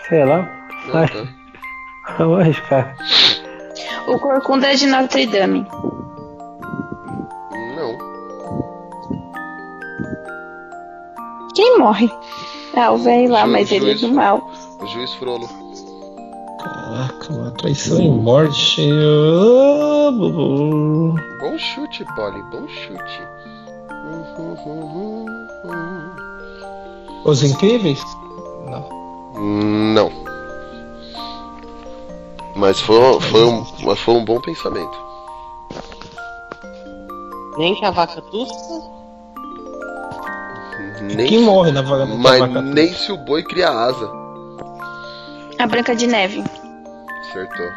C: Sei lá.
B: Não, tá.
C: Eu vou arriscar.
F: O Corcunda é de Notre Dame.
B: Não.
F: Quem morre? Ah, o velho lá,
B: Ju-
F: mas ele é
B: juiz.
F: do mal.
B: O juiz Frolo.
D: Caraca, mano, traição e morte. Ah, bu- bu-
B: Bom chute, Polly, bom chute.
D: Os incríveis?
B: Não. Mas foi, foi, um, mas foi um bom pensamento.
G: Nem que a vaca tussa.
B: Nem
D: Quem morre na vaga na
B: Mas
D: vaca?
B: nem se o boi cria asa.
F: A Branca de Neve.
B: Acertou.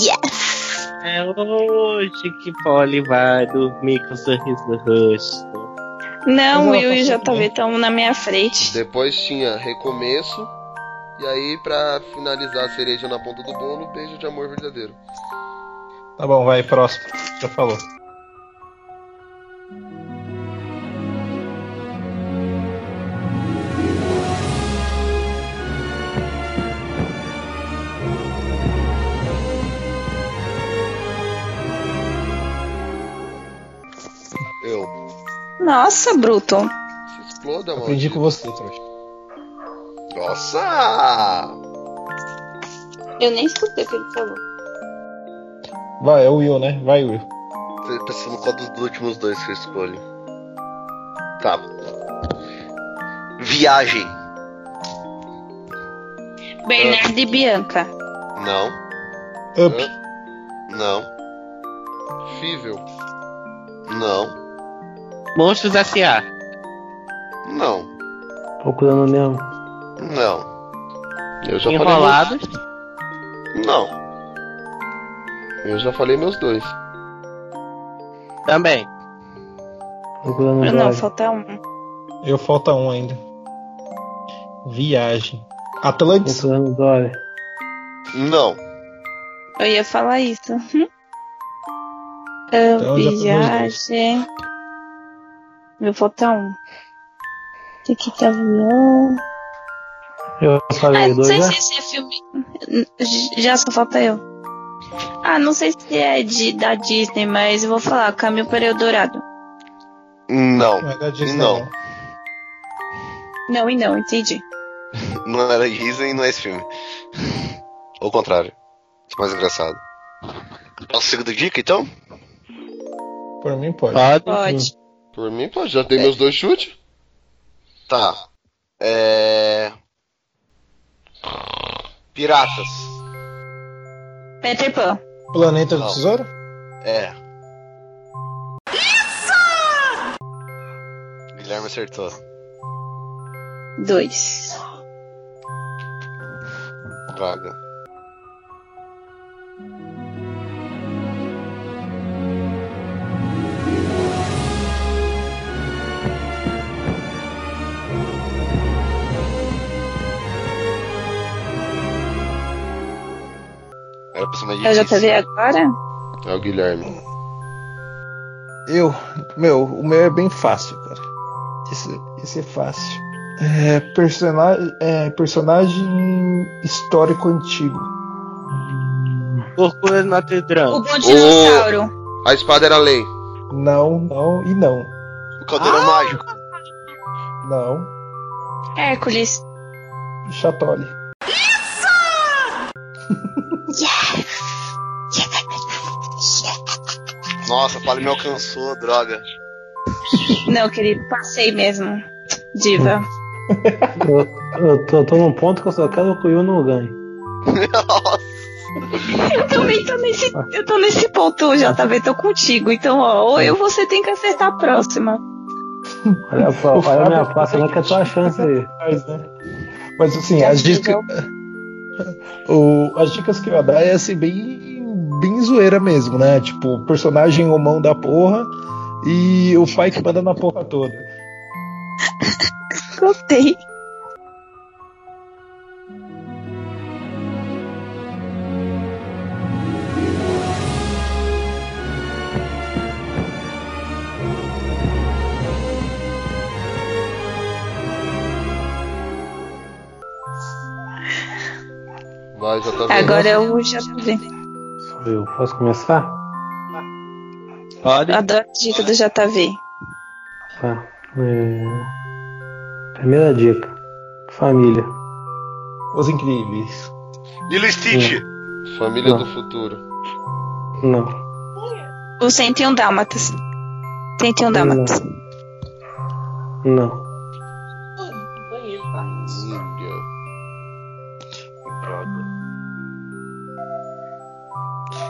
F: Yes!
G: É hoje que Polly vai dormir com um sorriso no rosto.
F: Não,
B: Mas ela
F: Will e o
B: passou
F: JV estão na minha frente.
B: Depois tinha recomeço. E aí, pra finalizar a cereja na ponta do bolo, beijo de amor verdadeiro.
D: Tá bom, vai, próximo. Já falou.
B: Eu.
F: Nossa, Bruto.
B: Exploda, mano.
D: Aprendi com você, trouxa.
B: Nossa!
F: Eu nem escutei o que ele falou.
D: Vai, é o Will, né? Vai, Will.
E: Tô pensando qual dos últimos dois que eu escolho. Tá. Viagem.
F: Bernardo e Bianca.
B: Não.
D: Up.
B: Não. Fível. Não.
G: Monstros S.A.
B: Não.
C: Procurando mesmo.
B: Não. Eu já
G: Enrolados.
B: falei. meus- Não. Eu já falei meus dois.
G: Também.
C: Procurando
F: Eu Ah, não,
C: vaga.
F: falta um.
D: Eu falta um ainda. Viagem. Atlantis?
C: Procurando Dory.
B: Não.
F: Eu ia falar isso. Hum. Ah,
D: Então já
F: viagem. Meu falta um. Tem que ter avião.
C: Eu
F: Ah,
C: falei
F: não
C: dois,
F: sei
C: né?
F: se esse é filme. J- Já só falta eu. Ah, não sei se é de, da Disney, mas eu vou falar Caminho para Eldorado.
B: Não.
D: Não é da Disney,
B: Não.
F: Não e não, entendi.
E: Não era Disney, não é esse filme. Ou o contrário. Isso é mais engraçado. É o segundo dica, então?
D: Por mim pode.
G: Uhum.
F: Pode.
B: Por mim, pô, já dei meus dois chutes.
E: É. Tá. É. Piratas.
F: Peter Pan.
B: Ah.
D: Planeta do
E: Não.
D: Tesouro?
E: É. Guilherme acertou.
F: Dois.
E: Droga. Era pra ser mais
F: Eu já
E: difícil.
F: falei agora?
B: É o Guilherme.
D: Eu, meu, o meu é bem fácil, cara. Esse, esse é fácil. É, persona- é, personagem histórico antigo.
G: Tortura no Notre Dame.
F: O bom
B: dinossauro. A espada era lei.
D: Não, não e não.
E: O caldeirão mágico.
D: Não.
F: Hércules.
D: Chatoli.
E: Nossa, a Pali me alcançou, droga.
F: Não, querido, passei mesmo. Diva.
C: Eu, eu tô, tô num ponto que eu só quero que o Will não ganhe.
F: Eu também tô nesse, eu tô nesse ponto, JV, tô contigo. Então, ó, ou eu você tem que acertar a próxima.
C: Olha, a fa-
D: O
C: olha a minha
F: tá
D: Fábio-
C: face, não que é tua chance aí.
D: Mas, né? Mas assim, as dicas. O- as dicas que eu ia dar é assim, bem, bem zoeira mesmo, né? Tipo, personagem homão da porra e o pai que manda na porra toda.
F: Gostei.
B: Vai, já tá vendo.
F: Agora eu já tô vendo.
C: Will, posso começar?
G: Pode.
F: Tá Adoro a dica do JV.
C: Tá. É... Primeira dica. Família.
D: Os incríveis.
E: Lilo e Stitch.
B: Hum. Família
C: Não.
B: do futuro.
C: Não.
F: O 101 Dálmatas. 101 Dálmatas.
C: Não.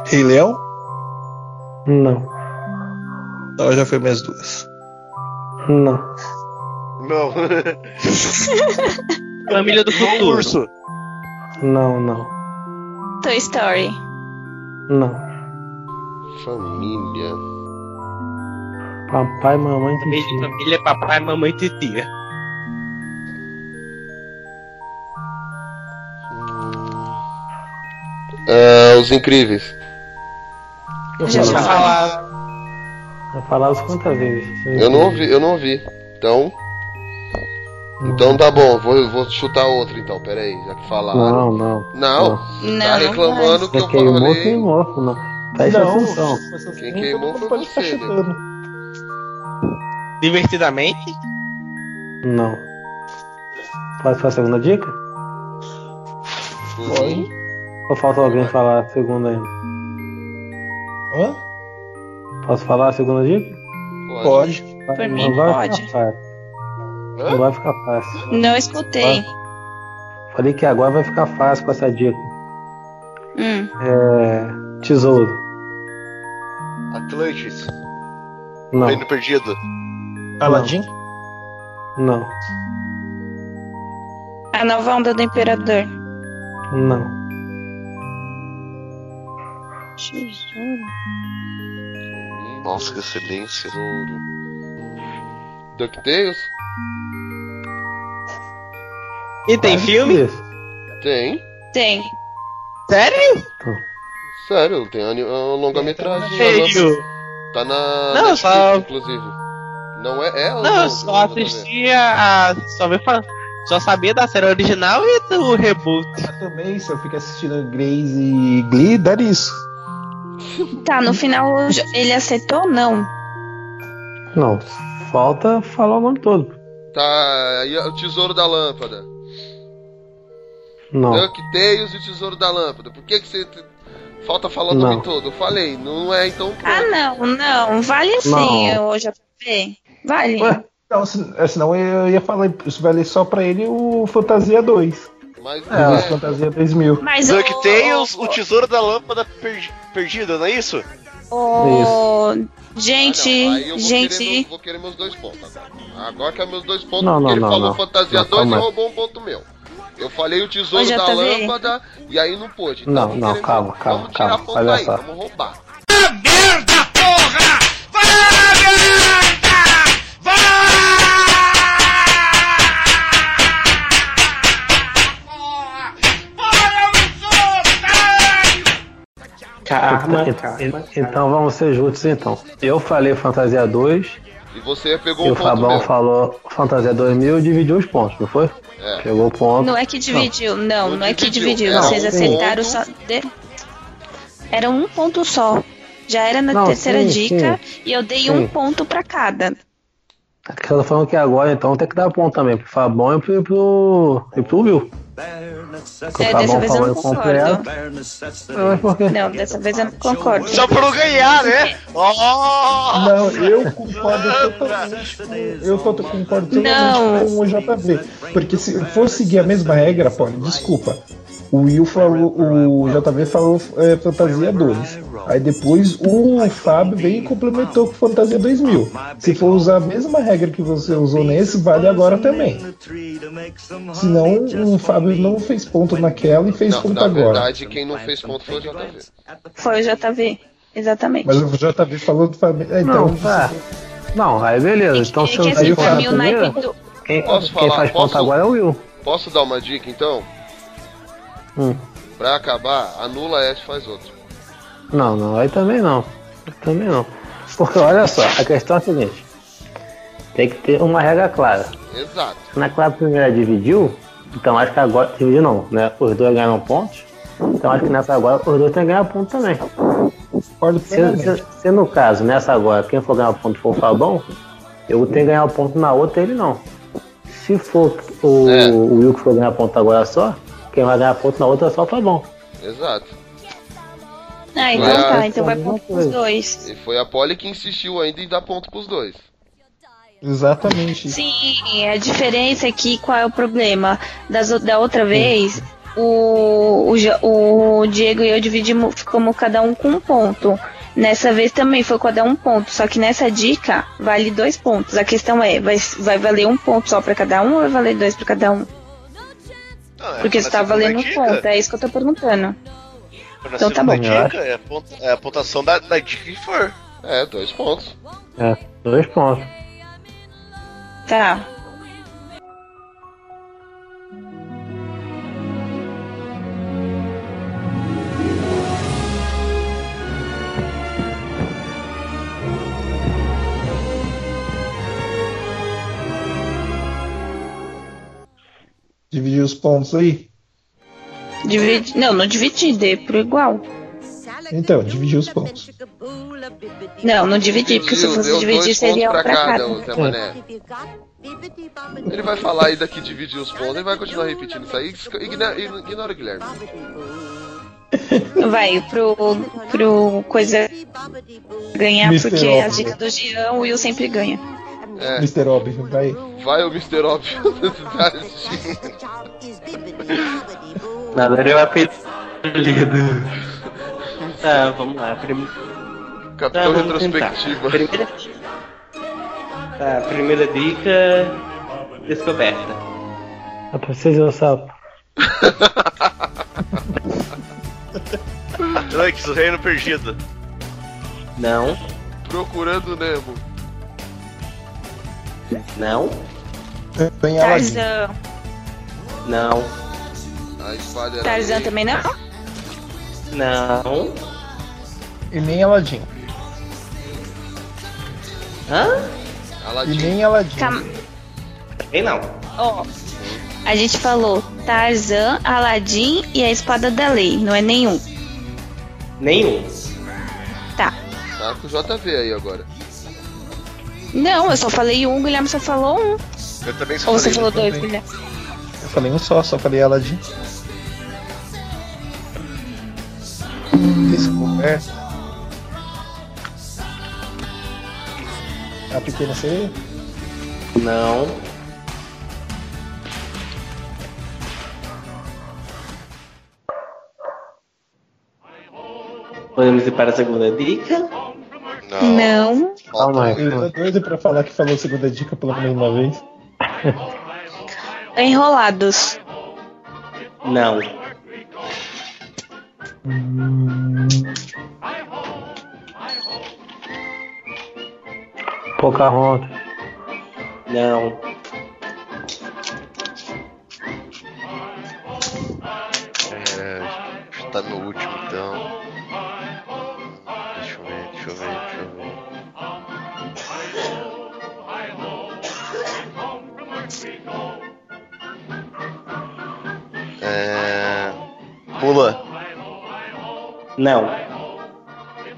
D: Rei Leão?
C: Não.
D: Não, já foi minhas duas.
C: Não.
E: Não.
G: Família
D: Um
G: do futuro. Urso.
C: Não, não.
F: Toy Story.
C: Não.
B: Família.
C: Papai, mamãe,
G: Meio de família, papai, mamãe e tia.
B: Ah, os incríveis.
C: Já falaram. Já falaram quantas vezes?
B: Eu não ouvi, eu não ouvi. Então. Então tá bom, vou, vou chutar outra então, peraí, já que falaram.
C: Não, não.
B: Não, tá reclamando que
C: Você
B: eu
C: queimou,
B: falei.
C: queimou, não. Preste
B: Não,
C: atenção.
B: Quem
D: Então
B: queimou foi você, né?
G: Divertidamente?
C: Não. Posso falar a segunda dica?
B: Foi.
C: Ou falta alguém falar a segunda ainda?
D: Hã?
C: Posso falar a segunda dica?
D: Pode.
C: Vai-
F: mim,
C: não vai
F: pode.
C: Ficar fácil. Não vai ficar fácil.
F: Não escutei.
C: Falei que agora vai ficar fácil com essa dica.
F: Hum.
C: É. Tesouro.
E: Atlantis.
C: Não.
E: Reino Perdido.
C: Aladdin? Não.
F: A nova onda do imperador.
C: Não.
E: Nossa, que excelência.
B: DuckTales?
G: E tem filme?
B: Tem.
F: Tem.
G: Sério?
B: Sério, tem ani- ah, longa-metragem.
G: Sério?
B: Tá na
G: Não,
B: Netflix,
G: só-
B: inclusive. Não é? é ou
G: Não, eu só
B: vou ver.
G: assistia a. Só, vi fa- só sabia da série original e do reboot.
D: Ah, Também, se eu ficar assistindo Grace e Glee, dá isso.
F: Tá, no final o Jo- ele acertou ou não?
C: Não. Falta falar o nome todo.
B: Tá, aí é o Tesouro da Lâmpada.
C: Não.
B: DuckTales e o Tesouro da Lâmpada. Por que que você... te- Falta falar o
C: Não.
B: nome todo. Eu falei, não é então...
F: Ah, não, não. Vale assim,
D: Não.
F: sim, eu hoje JP. Tá Vale.
D: Ué, não, se- é, senão eu ia falar, isso vale só pra ele o Fantasia 2.
B: Mas
D: É, o Fantasia 2000.
B: é
E: DuckTales, o tesouro da lâmpada perdi- perdida, não é isso?
F: Ô,
B: Ah,
F: Gente, gente.
B: Vou querer meus dois pontos agora. Agora que é meus dois pontos,
C: Não,
B: porque
C: não,
B: ele
C: não,
B: falou
C: não.
B: Fantasia 2
C: Não,
B: e
C: calma aí.
B: roubou um ponto meu. Eu falei o Tesouro
F: Ô, JV.
B: da Lâmpada e aí não pôde. Então
C: Não,
B: vou
C: não,
B: querer-
C: calma, calma,
B: vamos tirar
C: calma.
B: ponto
C: Olha
B: aí,
C: só.
B: vamos roubar.
G: Calma,
C: Então- Então vamos ser justos então. Eu falei Fantasia 2
B: E você pegou
C: e
B: um
C: o
B: ponto
C: Fabão
B: meu.
C: falou Fantasia 2000 e dividiu os pontos, não foi?
B: É.
C: Pegou o ponto.
F: Não é que dividiu, não, não, é que
C: dividiu,
F: dividiu.
C: era
F: Vocês
C: um
F: acertaram só. de- Era um ponto só. Já era na
C: Não,
F: terceira
C: sim,
F: dica e eu dei um
C: Sim.
F: ponto pra cada.
C: Porque eu tô falando que agora então tem que dar ponto também pro Fabão e pro, e pro, e pro Will. Porque
F: É,
C: o
F: dessa
C: Fabão
F: vez eu
C: falou
F: não
C: incompleto.
F: concordo.
B: É,
F: Não, dessa vez eu não concordo. Só
E: por eu ganhar, né?
D: Não, eu concordo totalmente com, eu tô, concordo
F: Não.
D: totalmente com o JV. Porque se for seguir a mesma regra, pô, desculpa. O Will falou, o JV falou é, Fantasia 2. Aí depois o Fábio veio e complementou com Fantasia 2000. Se for usar a mesma regra que você usou nesse, vale agora também. Senão o Fábio não fez ponto naquela e fez
B: Não,
D: ponto
B: na
D: agora.
B: verdade, quem não fez ponto foi o JV.
F: Foi o JV, exatamente.
D: Mas o JV falou do Fábio. é, então,
C: Não, tá. Não, aí beleza. Então se
F: É que
C: eu sei
F: assim, pra
C: falar
F: mim o
C: primeiro,
F: naipe do.
C: quem,
B: Posso
C: quem
B: falar?
C: faz
B: Posso?
C: ponto agora é o Will.
B: Posso dar uma dica então?
C: Hum.
B: Pra acabar, anula essa e faz outro.
C: Não, não, aí também não. Aí também não. Porque olha só, a questão é a seguinte. Tem que ter uma regra clara.
B: Exato.
C: Naquela primeira dividiu, então acho que agora. Dividiu não, né? Os dois ganharam pontos. Então acho que nessa agora os dois têm que ganhar ponto também. Se, se- se no caso, nessa agora, quem for ganhar ponto for o Fabão, eu tenho que ganhar ponto na outra ele não. Se Se for o,
E: É.
C: o Will que for ganhar ponto agora só, quem vai ganhar ponto na outra só tá bom.
B: Exato.
F: Ah, então
B: Vai,
F: tá, então vai
B: vai
F: ponto pros dois.
B: E foi a Polly que insistiu ainda em dar ponto pros dois.
D: Exatamente.
F: Sim, a diferença é que qual é o problema? Das, o- da outra vez, o, o, Jo- o Diego e eu dividimos, ficamos cada um com um ponto. Nessa vez também foi cada um ponto, só que nessa dica vale dois pontos. A questão é, vai, vai valer um ponto só pra cada um ou vai valer dois pra cada um?
E: Ah, é,
F: Porque você tá valendo um ponto, é isso que eu tô perguntando. Então tá bom.
E: Dica, é, a ponta- é a pontuação da, da dica que for.
B: É, dois pontos.
C: É, dois pontos.
F: Tá.
D: Dividir os pontos aí.
F: Divide, não, não dividi, dê por igual.
D: Então, dividir os pontos.
F: Não, não dividi, porque se eu fosse
B: Deu
F: dividir
B: dois
F: seria um
B: pontos
F: pra
B: pra
F: cada.
B: cada, o
G: É.
B: Zé Mané. Ele vai falar ainda que dividir os pontos, ele vai continuar repetindo isso aí. Ignora, ignora o Guilherme.
F: Vai pro, pro coisa ganhar,
D: Mister
F: porque
D: Óbvio.
F: a dica do Jean, o Will sempre ganha.
B: É.
D: Mr. Óbvio, vai.
B: Vai o Mr. Óbvio.
G: Nada era o apelido. Tá, vamos lá. Prim... tá,
B: Capitão
G: vamos tentar.
B: Retrospectiva.
G: Primeira... Tá, primeira dica. Descoberta.
C: A princesa e o sapo.
E: Atlantis, o reino perdido.
G: Não,
B: Procurando o Nemo.
G: não,
D: Tem
F: Tá, Tarzan.
G: não,
B: A espada era
F: Tarzan
B: ali.
F: também não? é
G: não.
D: E nem Aladim.
G: Hã?
D: E nem Aladim.
F: Cam-
G: Também não.
F: Ó, a gente falou Tarzan, Aladdin e a Espada da Lei, não é nenhum.
G: Nenhum.
F: Tá.
B: Tá com o JV aí agora.
F: Não, eu só falei um, o Guilherme só falou um.
E: Eu também
F: Ou você falou dois, Guilherme?
D: Eu falei um só, só falei Aladim. Descoberta. A pequena sereia?
G: Não. Podemos ir para a segunda dica?
F: Não.
D: Calma aí. Eu tô tá doido pra falar que falou segunda dica pela primeira vez.
F: Tá Enrolados.
G: Não.
E: um.
C: Pocahontas.
G: Não.
E: É, chutar meu último então. Deixa eu ver, deixa eu ver, deixa eu ver. É. Pula.
G: Não.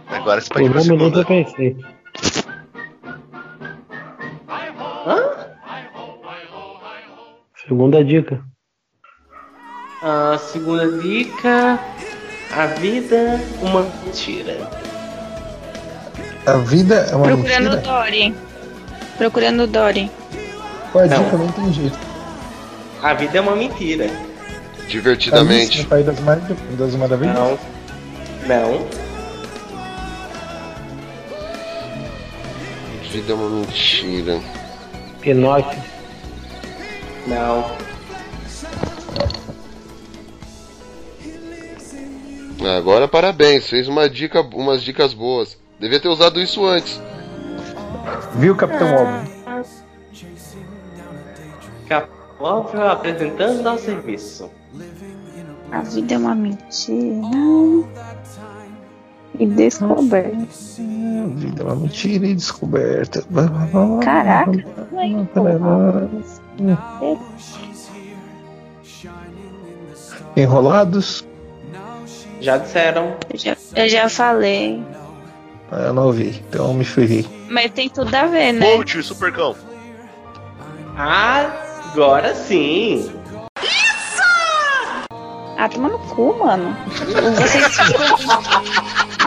E: Agora você
C: Por
E: pode ir pra
C: um minuto
E: segunda.
C: eu pensei. Segunda dica.
G: A segunda dica: A vida, uma mentira.
D: A vida é uma
F: Procurando
D: mentira?
F: Dory. Procurando Dory.
D: Qual a dica? Eu não entendi.
G: A vida é uma mentira.
D: Tá
B: Divertidamente.
D: Alice no País né? das, Marav- das Maravilhas?
G: Não. Não.
B: Vida é uma mentira.
C: Pinóquio.
G: Não.
B: Agora parabéns, fez uma dica, umas dicas boas. Devia ter usado isso antes.
D: Viu,
E: É.
D: Capitão Óbvio?
G: Capóvio apresentando ao serviço.
F: A vida é uma mentira. E descoberta.
D: A vida é uma mentira e descoberta. Blá, blá, blá, blá,
F: Caraca.
D: blá, blá, blá, blá. Enrolados?
G: Já disseram.
F: Eu já, eu já falei.
D: Ah, Eu não ouvi, então eu me ferrei.
F: Mas tem tudo a ver, né?
E: Bolt, o supercão.
G: Ah, Agora sim.
F: Ah, toma no cu, mano. Vocês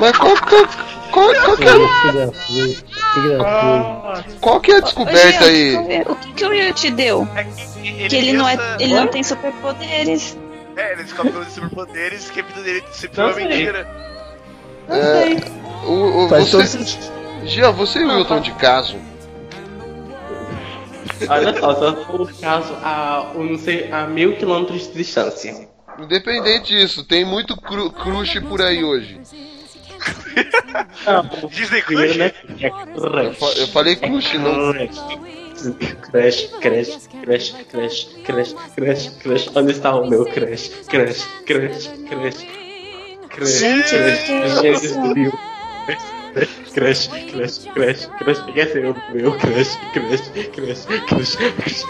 B: Mas qual que, qual, qual que é,
E: Ah.
B: qual que é a descoberta
F: Ô,
B: aí?
F: Gil, O que, que o Will te deu? Que ele não, é, ele não tem superpoderes.
E: É, ele descobre todos os superpoderes que a vida dele sempre foi uma
F: sei.
E: mentira.
B: É,
F: um
B: o, o,
E: Faz todo
B: você, Gia, você e o Wilton de caso.
G: Olha só, só por caso a, um, não sei, a mil quilômetros de distância.
B: Independente disso, tem muito cru, crush por aí hoje.
E: Disney
G: Primeiro,
E: Crush?
G: né? É crush.
B: fa- eu falei crush, não.
G: Crush, crush, crush, crush, crush, crush, crush. Onde está o meu crush? Crush, crush, crush.
F: É.
G: Crush,
J: Gente,
G: crush, crush.
J: que
G: Ele
J: isso?
G: descobriu. Crush, crush, crush, crush. Quer ser o meu crush, crush, crush, crush, crush.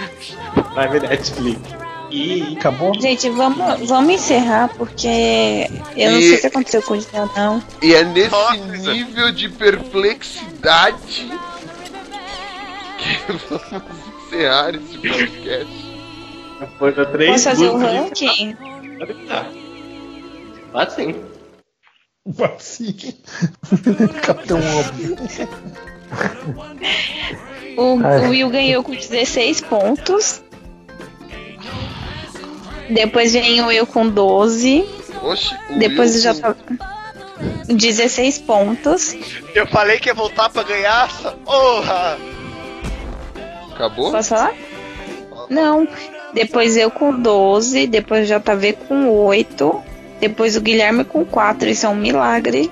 G: Vai ver Netflix. E
M: acabou.
F: Gente, vamos, vamos encerrar, porque eu não
B: E-
F: sei se aconteceu com o Gil, não.
B: E é nesse nível de perplexidade que vamos encerrar esse podcast.
G: Foi da três
F: Posso fazer um- o
G: músicas de-
F: ranking?
G: Pode Ah, sim.
M: Pode sim. Capitão óbvio.
F: O,
M: Ai.
F: o Will ganhou com 16 pontos. Depois vem o eu com 12.
B: Oxi, o
F: Depois eu já
B: Wilson-
F: tava. 16 pontos.
E: Eu falei que ia voltar pra ganhar essa porra!
B: Acabou?
F: Posso falar? Não. Depois eu com 12. Depois o JV com 8. Depois o Guilherme com 4. Isso é um milagre.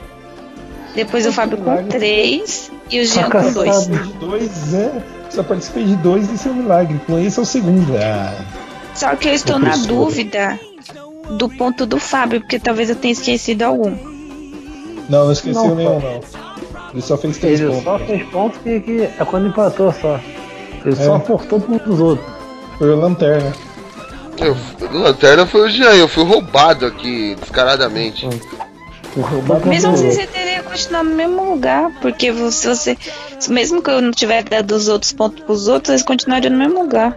F: Depois o Fábio com 3. E o Jean
D: Tá
F: com 2.
M: Fracassado de dois, é. Só participei de dois e isso é um milagre. Com esse é o segundo. Ah,
F: Só que eu estou
M: Uma
F: na
M: pessoa.
F: dúvida do ponto do Fábio, porque talvez eu tenha esquecido algum.
M: não, não esqueceu
C: Não,
M: nenhum, não. Ele só fez três
C: Ele
M: pontos.
C: só fez pontos que, que é quando empatou só. Ele
M: É.
C: só aportou para os outros.
M: Foi o Lanterna.
B: Eu, lanterna foi o Jean, eu fui roubado aqui, descaradamente.
C: Tá
F: Mesmo assim, você teria continuado no mesmo lugar, porque se você. Mesmo que eu não tivesse dado os outros pontos pros outros, eles continuariam no mesmo lugar.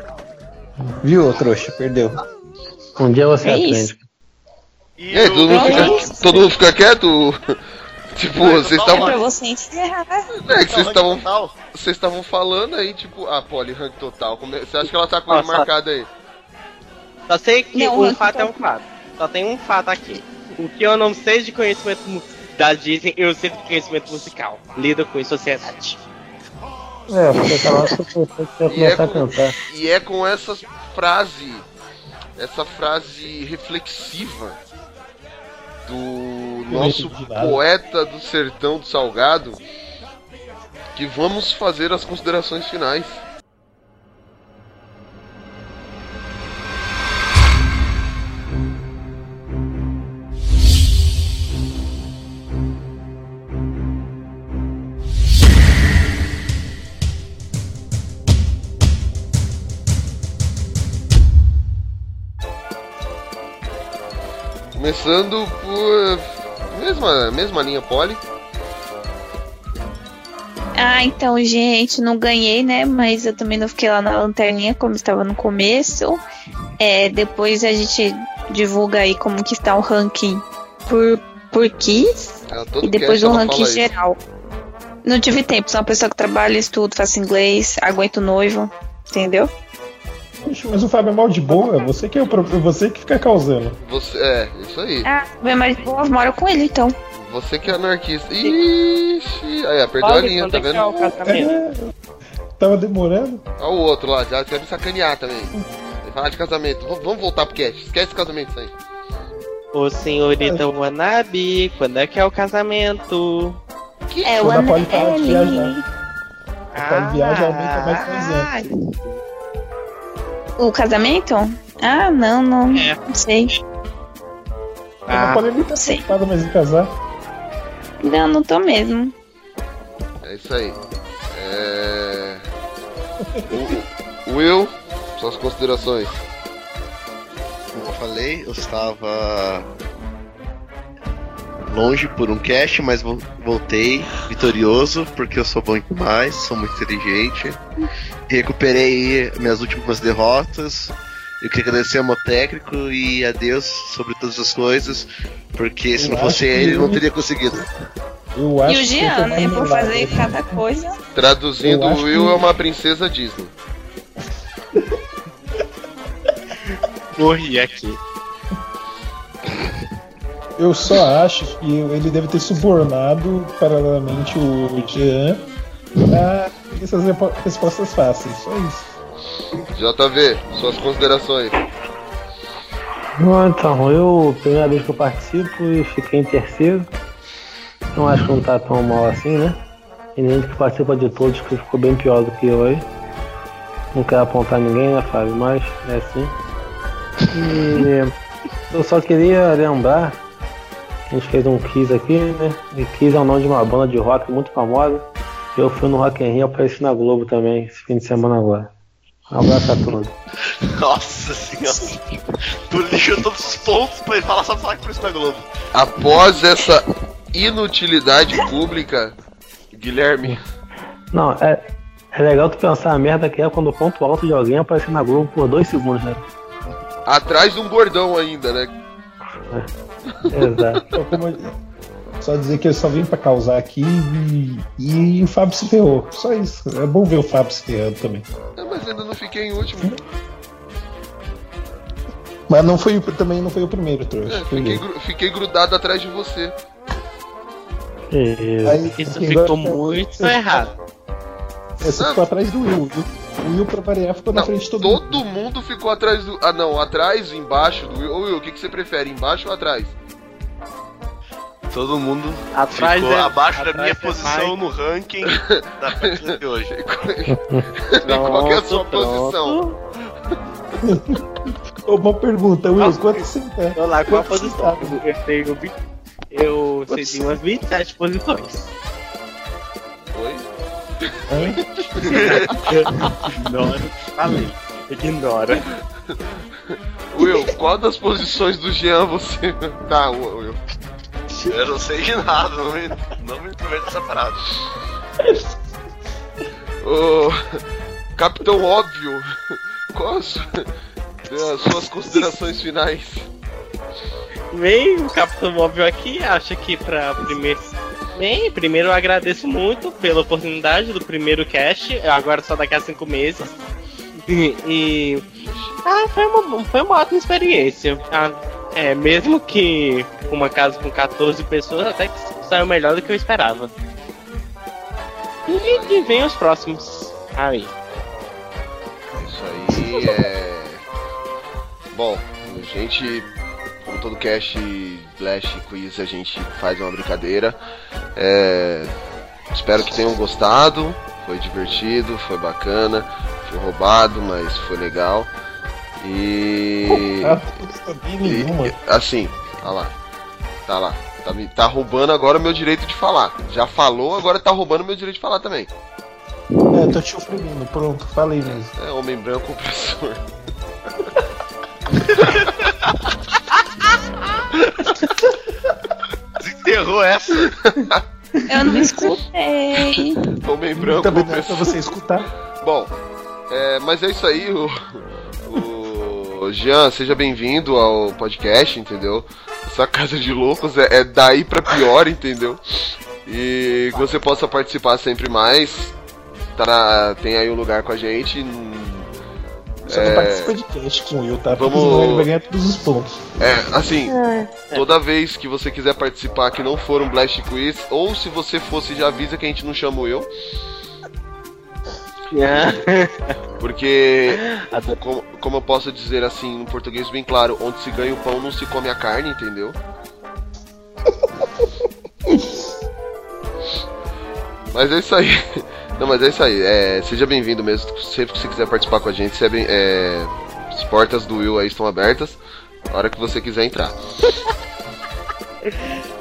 M: Viu, trouxa? Perdeu.
C: Um dia você
F: É
C: aprende.
F: isso.
B: E aí, todo mundo fica, todo mundo fica quieto? Tipo, vocês
F: É pra
B: estavam.
F: você encerrar.
B: É que vocês estavam.
E: tá,
B: Vocês estavam falando aí, tipo, ah, Polly, rank total. Como é- Você acha que ela tá com ele
G: Nossa.
B: marcado aí?
G: Só sei que
B: Não,
G: um
B: eu-
G: fato é
F: então
G: um fato. Só tem um fato aqui. O que eu não sei de conhecimento mu- da Disney, eu sei de conhecimento musical. Lido com isso sociedade.
C: É, porque tava suposto que
B: E é,
C: ia começar a
B: com,
C: cantar.
B: e é com essa frase, essa frase reflexiva do
J: não
B: nosso
J: entendi nada.
B: poeta do sertão do Salgado que vamos fazer as considerações finais. Começando por mesma, mesma linha Poli.
F: Ah, então, gente, não ganhei, né? Mas eu também não fiquei lá na lanterninha como estava no começo. É, depois a gente divulga aí como que está o ranking por, por keys.
B: Ela
F: E
B: todo
F: depois
B: cast
F: um
B: ela
F: ranking
B: fala isso.
F: geral. Não tive tempo, sou uma pessoa que trabalha, estudo, faço inglês, aguento o noivo, entendeu?
M: Poxa, mas o Fábio é mal de boa. Você que, é o pro... você que fica causando.
B: Você, é, isso aí.
F: Ah, bem mais boa, moro com ele então.
B: Você que é anarquista. Ixi, aí, ó, perdeu a
F: Poli,
B: linha,
F: quando
B: tá
F: é que
B: vendo?
F: é o casamento?
M: Tava demorando.
B: Olha o outro lá, já quer me sacanear também. Vai Falar de casamento. V- vamos voltar pro cast. Esquece o casamento isso aí.
G: Ô senhorita Wanabe, quando é que é o casamento?
F: É o
M: Quando a
F: ano
M: Polly para de
F: dele.
M: viajar. A Polly viaja aumenta mais
G: Ah,
M: 300.
F: O casamento? Ah, não, não. Não sei. Ah,
G: ah,
M: A Polly nem tá preocupada mais em casar.
F: Não, não tô mesmo.
B: É isso aí. É. O- o- Will, suas considerações.
E: Como eu falei, eu estava longe por um cast, mas vo- voltei vitorioso, porque eu sou bom demais, sou muito inteligente. Recuperei minhas últimas derrotas. Eu queria agradecer ao meu técnico e a Deus sobre todas as coisas, porque se
D: Eu
E: não fosse
D: acho que
E: ele, eu não
D: eu-
E: teria conseguido.
D: Eu
F: E o Jean, né? Por fazer cada coisa.
B: Traduzindo,
D: Eu acho
B: Will
D: que-
B: é uma princesa Disney.
G: Morri aqui.
D: Eu só acho que ele deve ter subornado paralelamente o Jean pra essas repo- respostas fáceis. Só isso.
B: JV, suas considerações.
C: Bom, então, eu, primeira vez que eu participo e fiquei em terceiro. Não acho que não tá tão mal assim, né? E nem que participa de todos, que ficou bem pior do que eu aí. Não quero apontar ninguém, né, Fábio? Mas é assim. E eu só queria lembrar que a gente fez um quiz aqui, né? E quiz é o nome de uma banda de rock muito famosa. Eu fui no Rock in Rio, apareci na Globo também, esse fim de semana agora. Um abraço a todos.
E: Nossa senhora. Tu deixou todos os pontos pra ele falar só falar que é por isso na Globo.
B: Após essa inutilidade pública, Guilherme.
C: Não, é, é legal tu pensar a merda que é quando o ponto alto de alguém aparece na Globo por dois segundos, né?
B: Atrás de um bordão ainda, né?
C: Exato.
D: Só como eu- Só dizer que eu só vim pra causar aqui e, e o Fábio se ferrou. Só isso. É bom ver o Fábio se ferrando também.
B: É, mas ainda não fiquei em último.
D: Mas não foi, o- também não foi o primeiro trouxa.
B: É,
D: Foi
B: fiquei,
D: eu.
B: gru- fiquei grudado atrás de você.
C: é
D: Aí,
G: Isso
D: quem
G: ficou
D: gosta-
G: muito errado.
D: Você ficou atrás do Will. viu? O Will, pra variar, ficou na frente de todo mundo.
B: Todo mundo ficou atrás do. Ah, não, atrás, embaixo do Will. Ô, Will, o que, que você prefere, embaixo ou atrás?
E: Todo mundo
G: Atrás
E: ficou
G: é-
E: abaixo da
G: atrás
E: minha
G: é
E: posição
G: mais.
E: no ranking da partida de hoje.
B: Qual que é a sua
G: Pronto,
B: posição?
D: Uma pergunta, Will, quanto você tá?
G: Olha lá, qual a posição? Eu tenho. vi- Eu cedi umas 27 posições. Ignora. Falei. Ignora.
B: Will, qual das posições do Jean você. Tá, Will.
E: Eu não sei de nada, não me, não me aproveito dessa parada.
B: Ô, Capitão Óbvio, qual as, as suas considerações finais?
G: Bem, o Capitão Móvel aqui, acho que pra primeiro. Bem, primeiro eu agradeço muito pela oportunidade do primeiro cast, agora só daqui a cinco meses. E. e- ah, foi uma, foi uma ótima experiência. Ah, é, mesmo que uma casa com 14 pessoas, até que saiu melhor do que eu esperava. E, e vem os próximos. Aí.
B: Isso aí é. Bom, a gente, como todo cast, Flash, quiz, a gente faz uma brincadeira. É, Espero que tenham gostado. Foi divertido, foi bacana, foi roubado, mas foi legal. E.
D: Ah, não sabia nenhuma.
B: Assim, tá lá. Tá lá. Tá, me- tá roubando agora o meu direito de falar. Já falou, agora tá roubando o meu direito de falar também.
D: É, tô te oprimindo. Pronto, falei mesmo.
B: É homem branco opressor.
E: Desenterrou essa.
F: Eu não escutei.
B: Homem branco
D: Também não é pra
B: opressor.
D: você escutar.
B: Bom, é, mas é isso aí. O, o Jean, seja bem-vindo ao podcast, entendeu? Essa casa de loucos é, é daí pra pior, entendeu? E que você possa participar sempre mais. Tá na- tem aí um lugar com a gente.
D: Você
B: É.
D: não participa de cast com o Will, tá? Porque
B: Vamos-
D: senão ele vai ganhar todos os pontos.
B: É, assim, toda vez que você quiser participar que não for um Blast Quiz, ou se você fosse, já avisa que a gente não chamou eu. Porque, como, como eu posso dizer assim, em português bem claro, onde se ganha o pão não se come a carne, entendeu? Mas é isso aí. Não, mas é isso aí. É, seja bem-vindo mesmo. Sempre que você quiser participar com a gente, você é bem- é, as portas do Will aí estão abertas. A hora que você quiser entrar.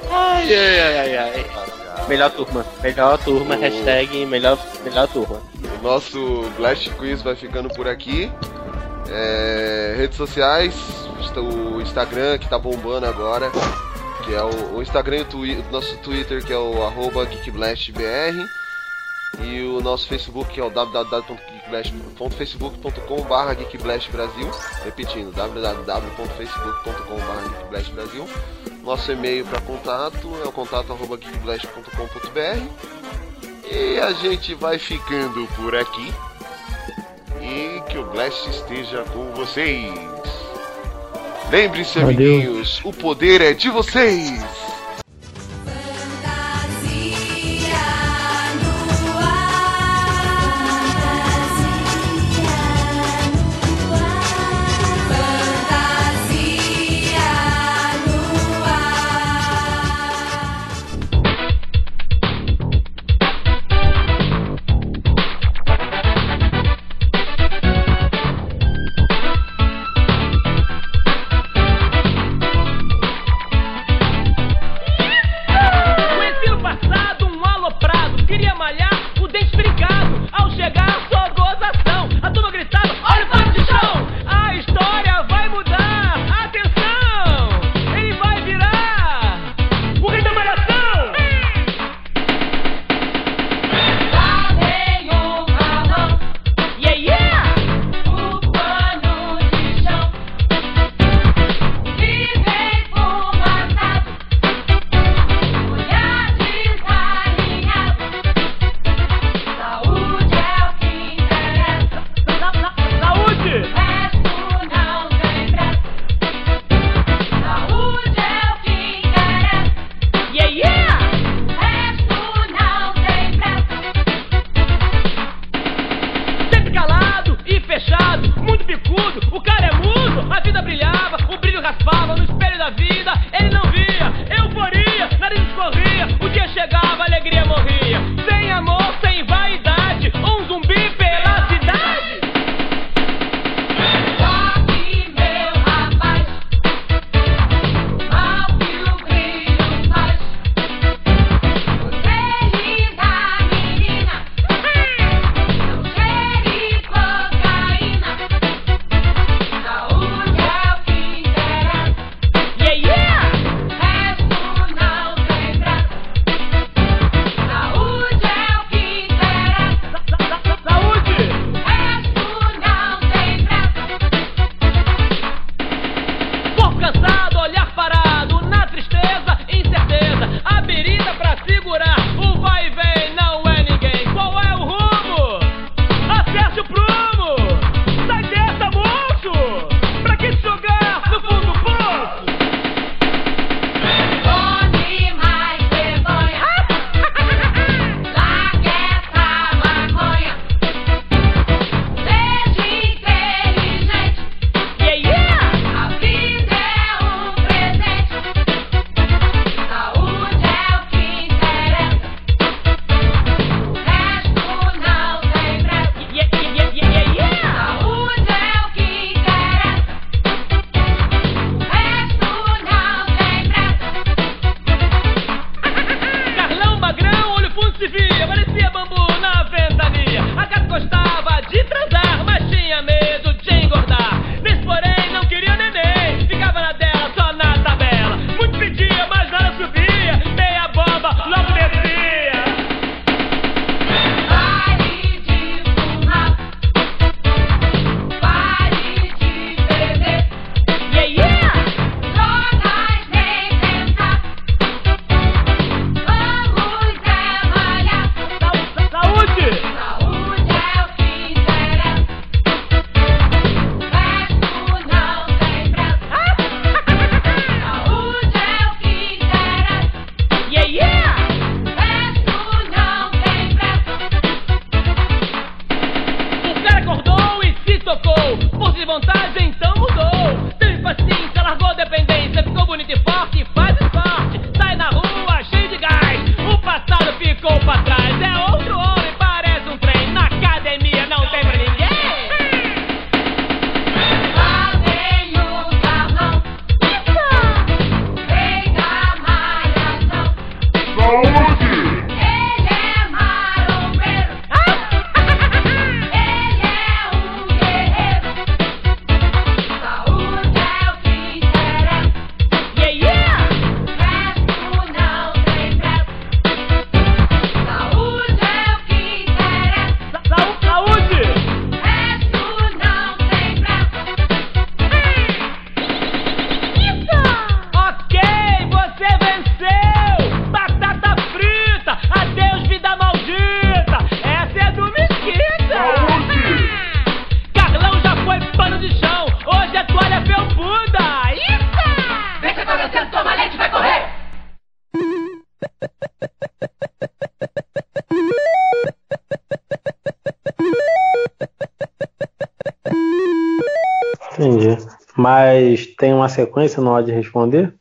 G: Ai, ai, ai, ai, ai. Melhor turma. Melhor turma, hashtag melhor, melhor turma.
B: O nosso Blast Quiz vai ficando por aqui. É, redes sociais, está- o Instagram que tá bombando agora, que é o, o Instagram e o, twi- o nosso Twitter, que é o arroba GeekBlastBR. E o nosso Facebook é o www.geekblast.facebook.com.br geekblastbrasil Repetindo, www.facebook.com.br geekblastbrasil Nosso e-mail para contato é o contato arroba geekblast.com.br E a gente vai ficando por aqui E que o Blast esteja com vocês Lembre-se,
N: Valeu.
B: amiguinhos, o poder é de vocês!
C: Mas tem uma sequência na hora de responder?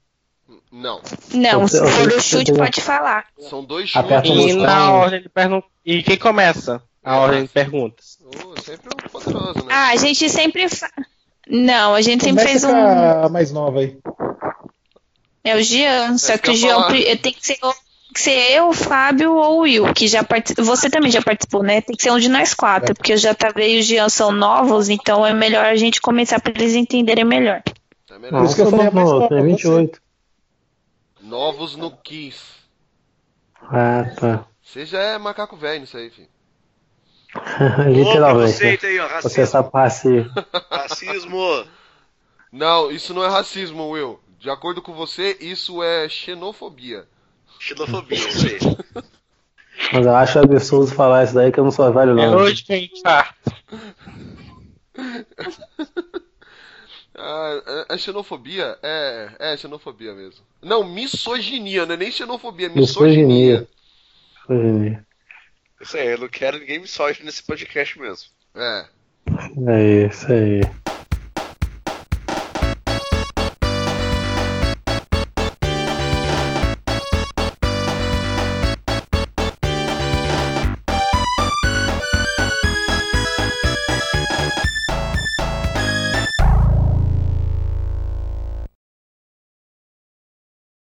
B: Não.
D: Então,
F: Não, se
C: Eu- eu-
F: for
C: eu-
F: do chute,
C: eu-
F: pode falar.
B: São dois
C: Aperta
G: E
C: no
G: na
C: botão.
G: ordem de perguntas. E quem começa? A ordem de perguntas.
B: Oh, um né?
F: Ah, a gente sempre. fa- Não, a gente sempre
D: Começa
F: fez
D: com
F: um.
D: a mais nova aí.
F: É o Jean, só que o
D: eu
F: Jean
D: falar.
F: pri- tem que ser, o- tem que ser eu, o Fábio ou o Will, que já participou. Você também já participou, né? Tem que ser um de nós quatro,
D: É.
F: porque o Jatavê e o Jean são novos, então é melhor a gente começar para eles entenderem melhor.
B: Tá
C: Não,
D: Por isso que eu
C: você
D: falei a mais
C: não,
D: nova,
C: tem 28.
B: Novos no Kiss.
C: Ah, tá.
B: Você já é macaco velho nisso aí, filho.
C: Literalmente.
B: preconceito aí, ó,
C: né?
B: racismo.
C: Você só passe.
B: Racismo! Não, isso não é racismo, Will. De acordo com você, isso é xenofobia. Xenofobia, isso aí.
C: Mas eu acho absurdo falar isso daí que eu não sou velho,
G: É
C: não.
G: hoje que a gente tá.
B: Ah, é, é xenofobia? É, é xenofobia mesmo. Não, misoginia, não é nem xenofobia, é misoginia.
C: Misoginia. Misoginia.
E: Isso aí, eu não quero ninguém me solte nesse podcast mesmo.
B: É.
C: É isso aí.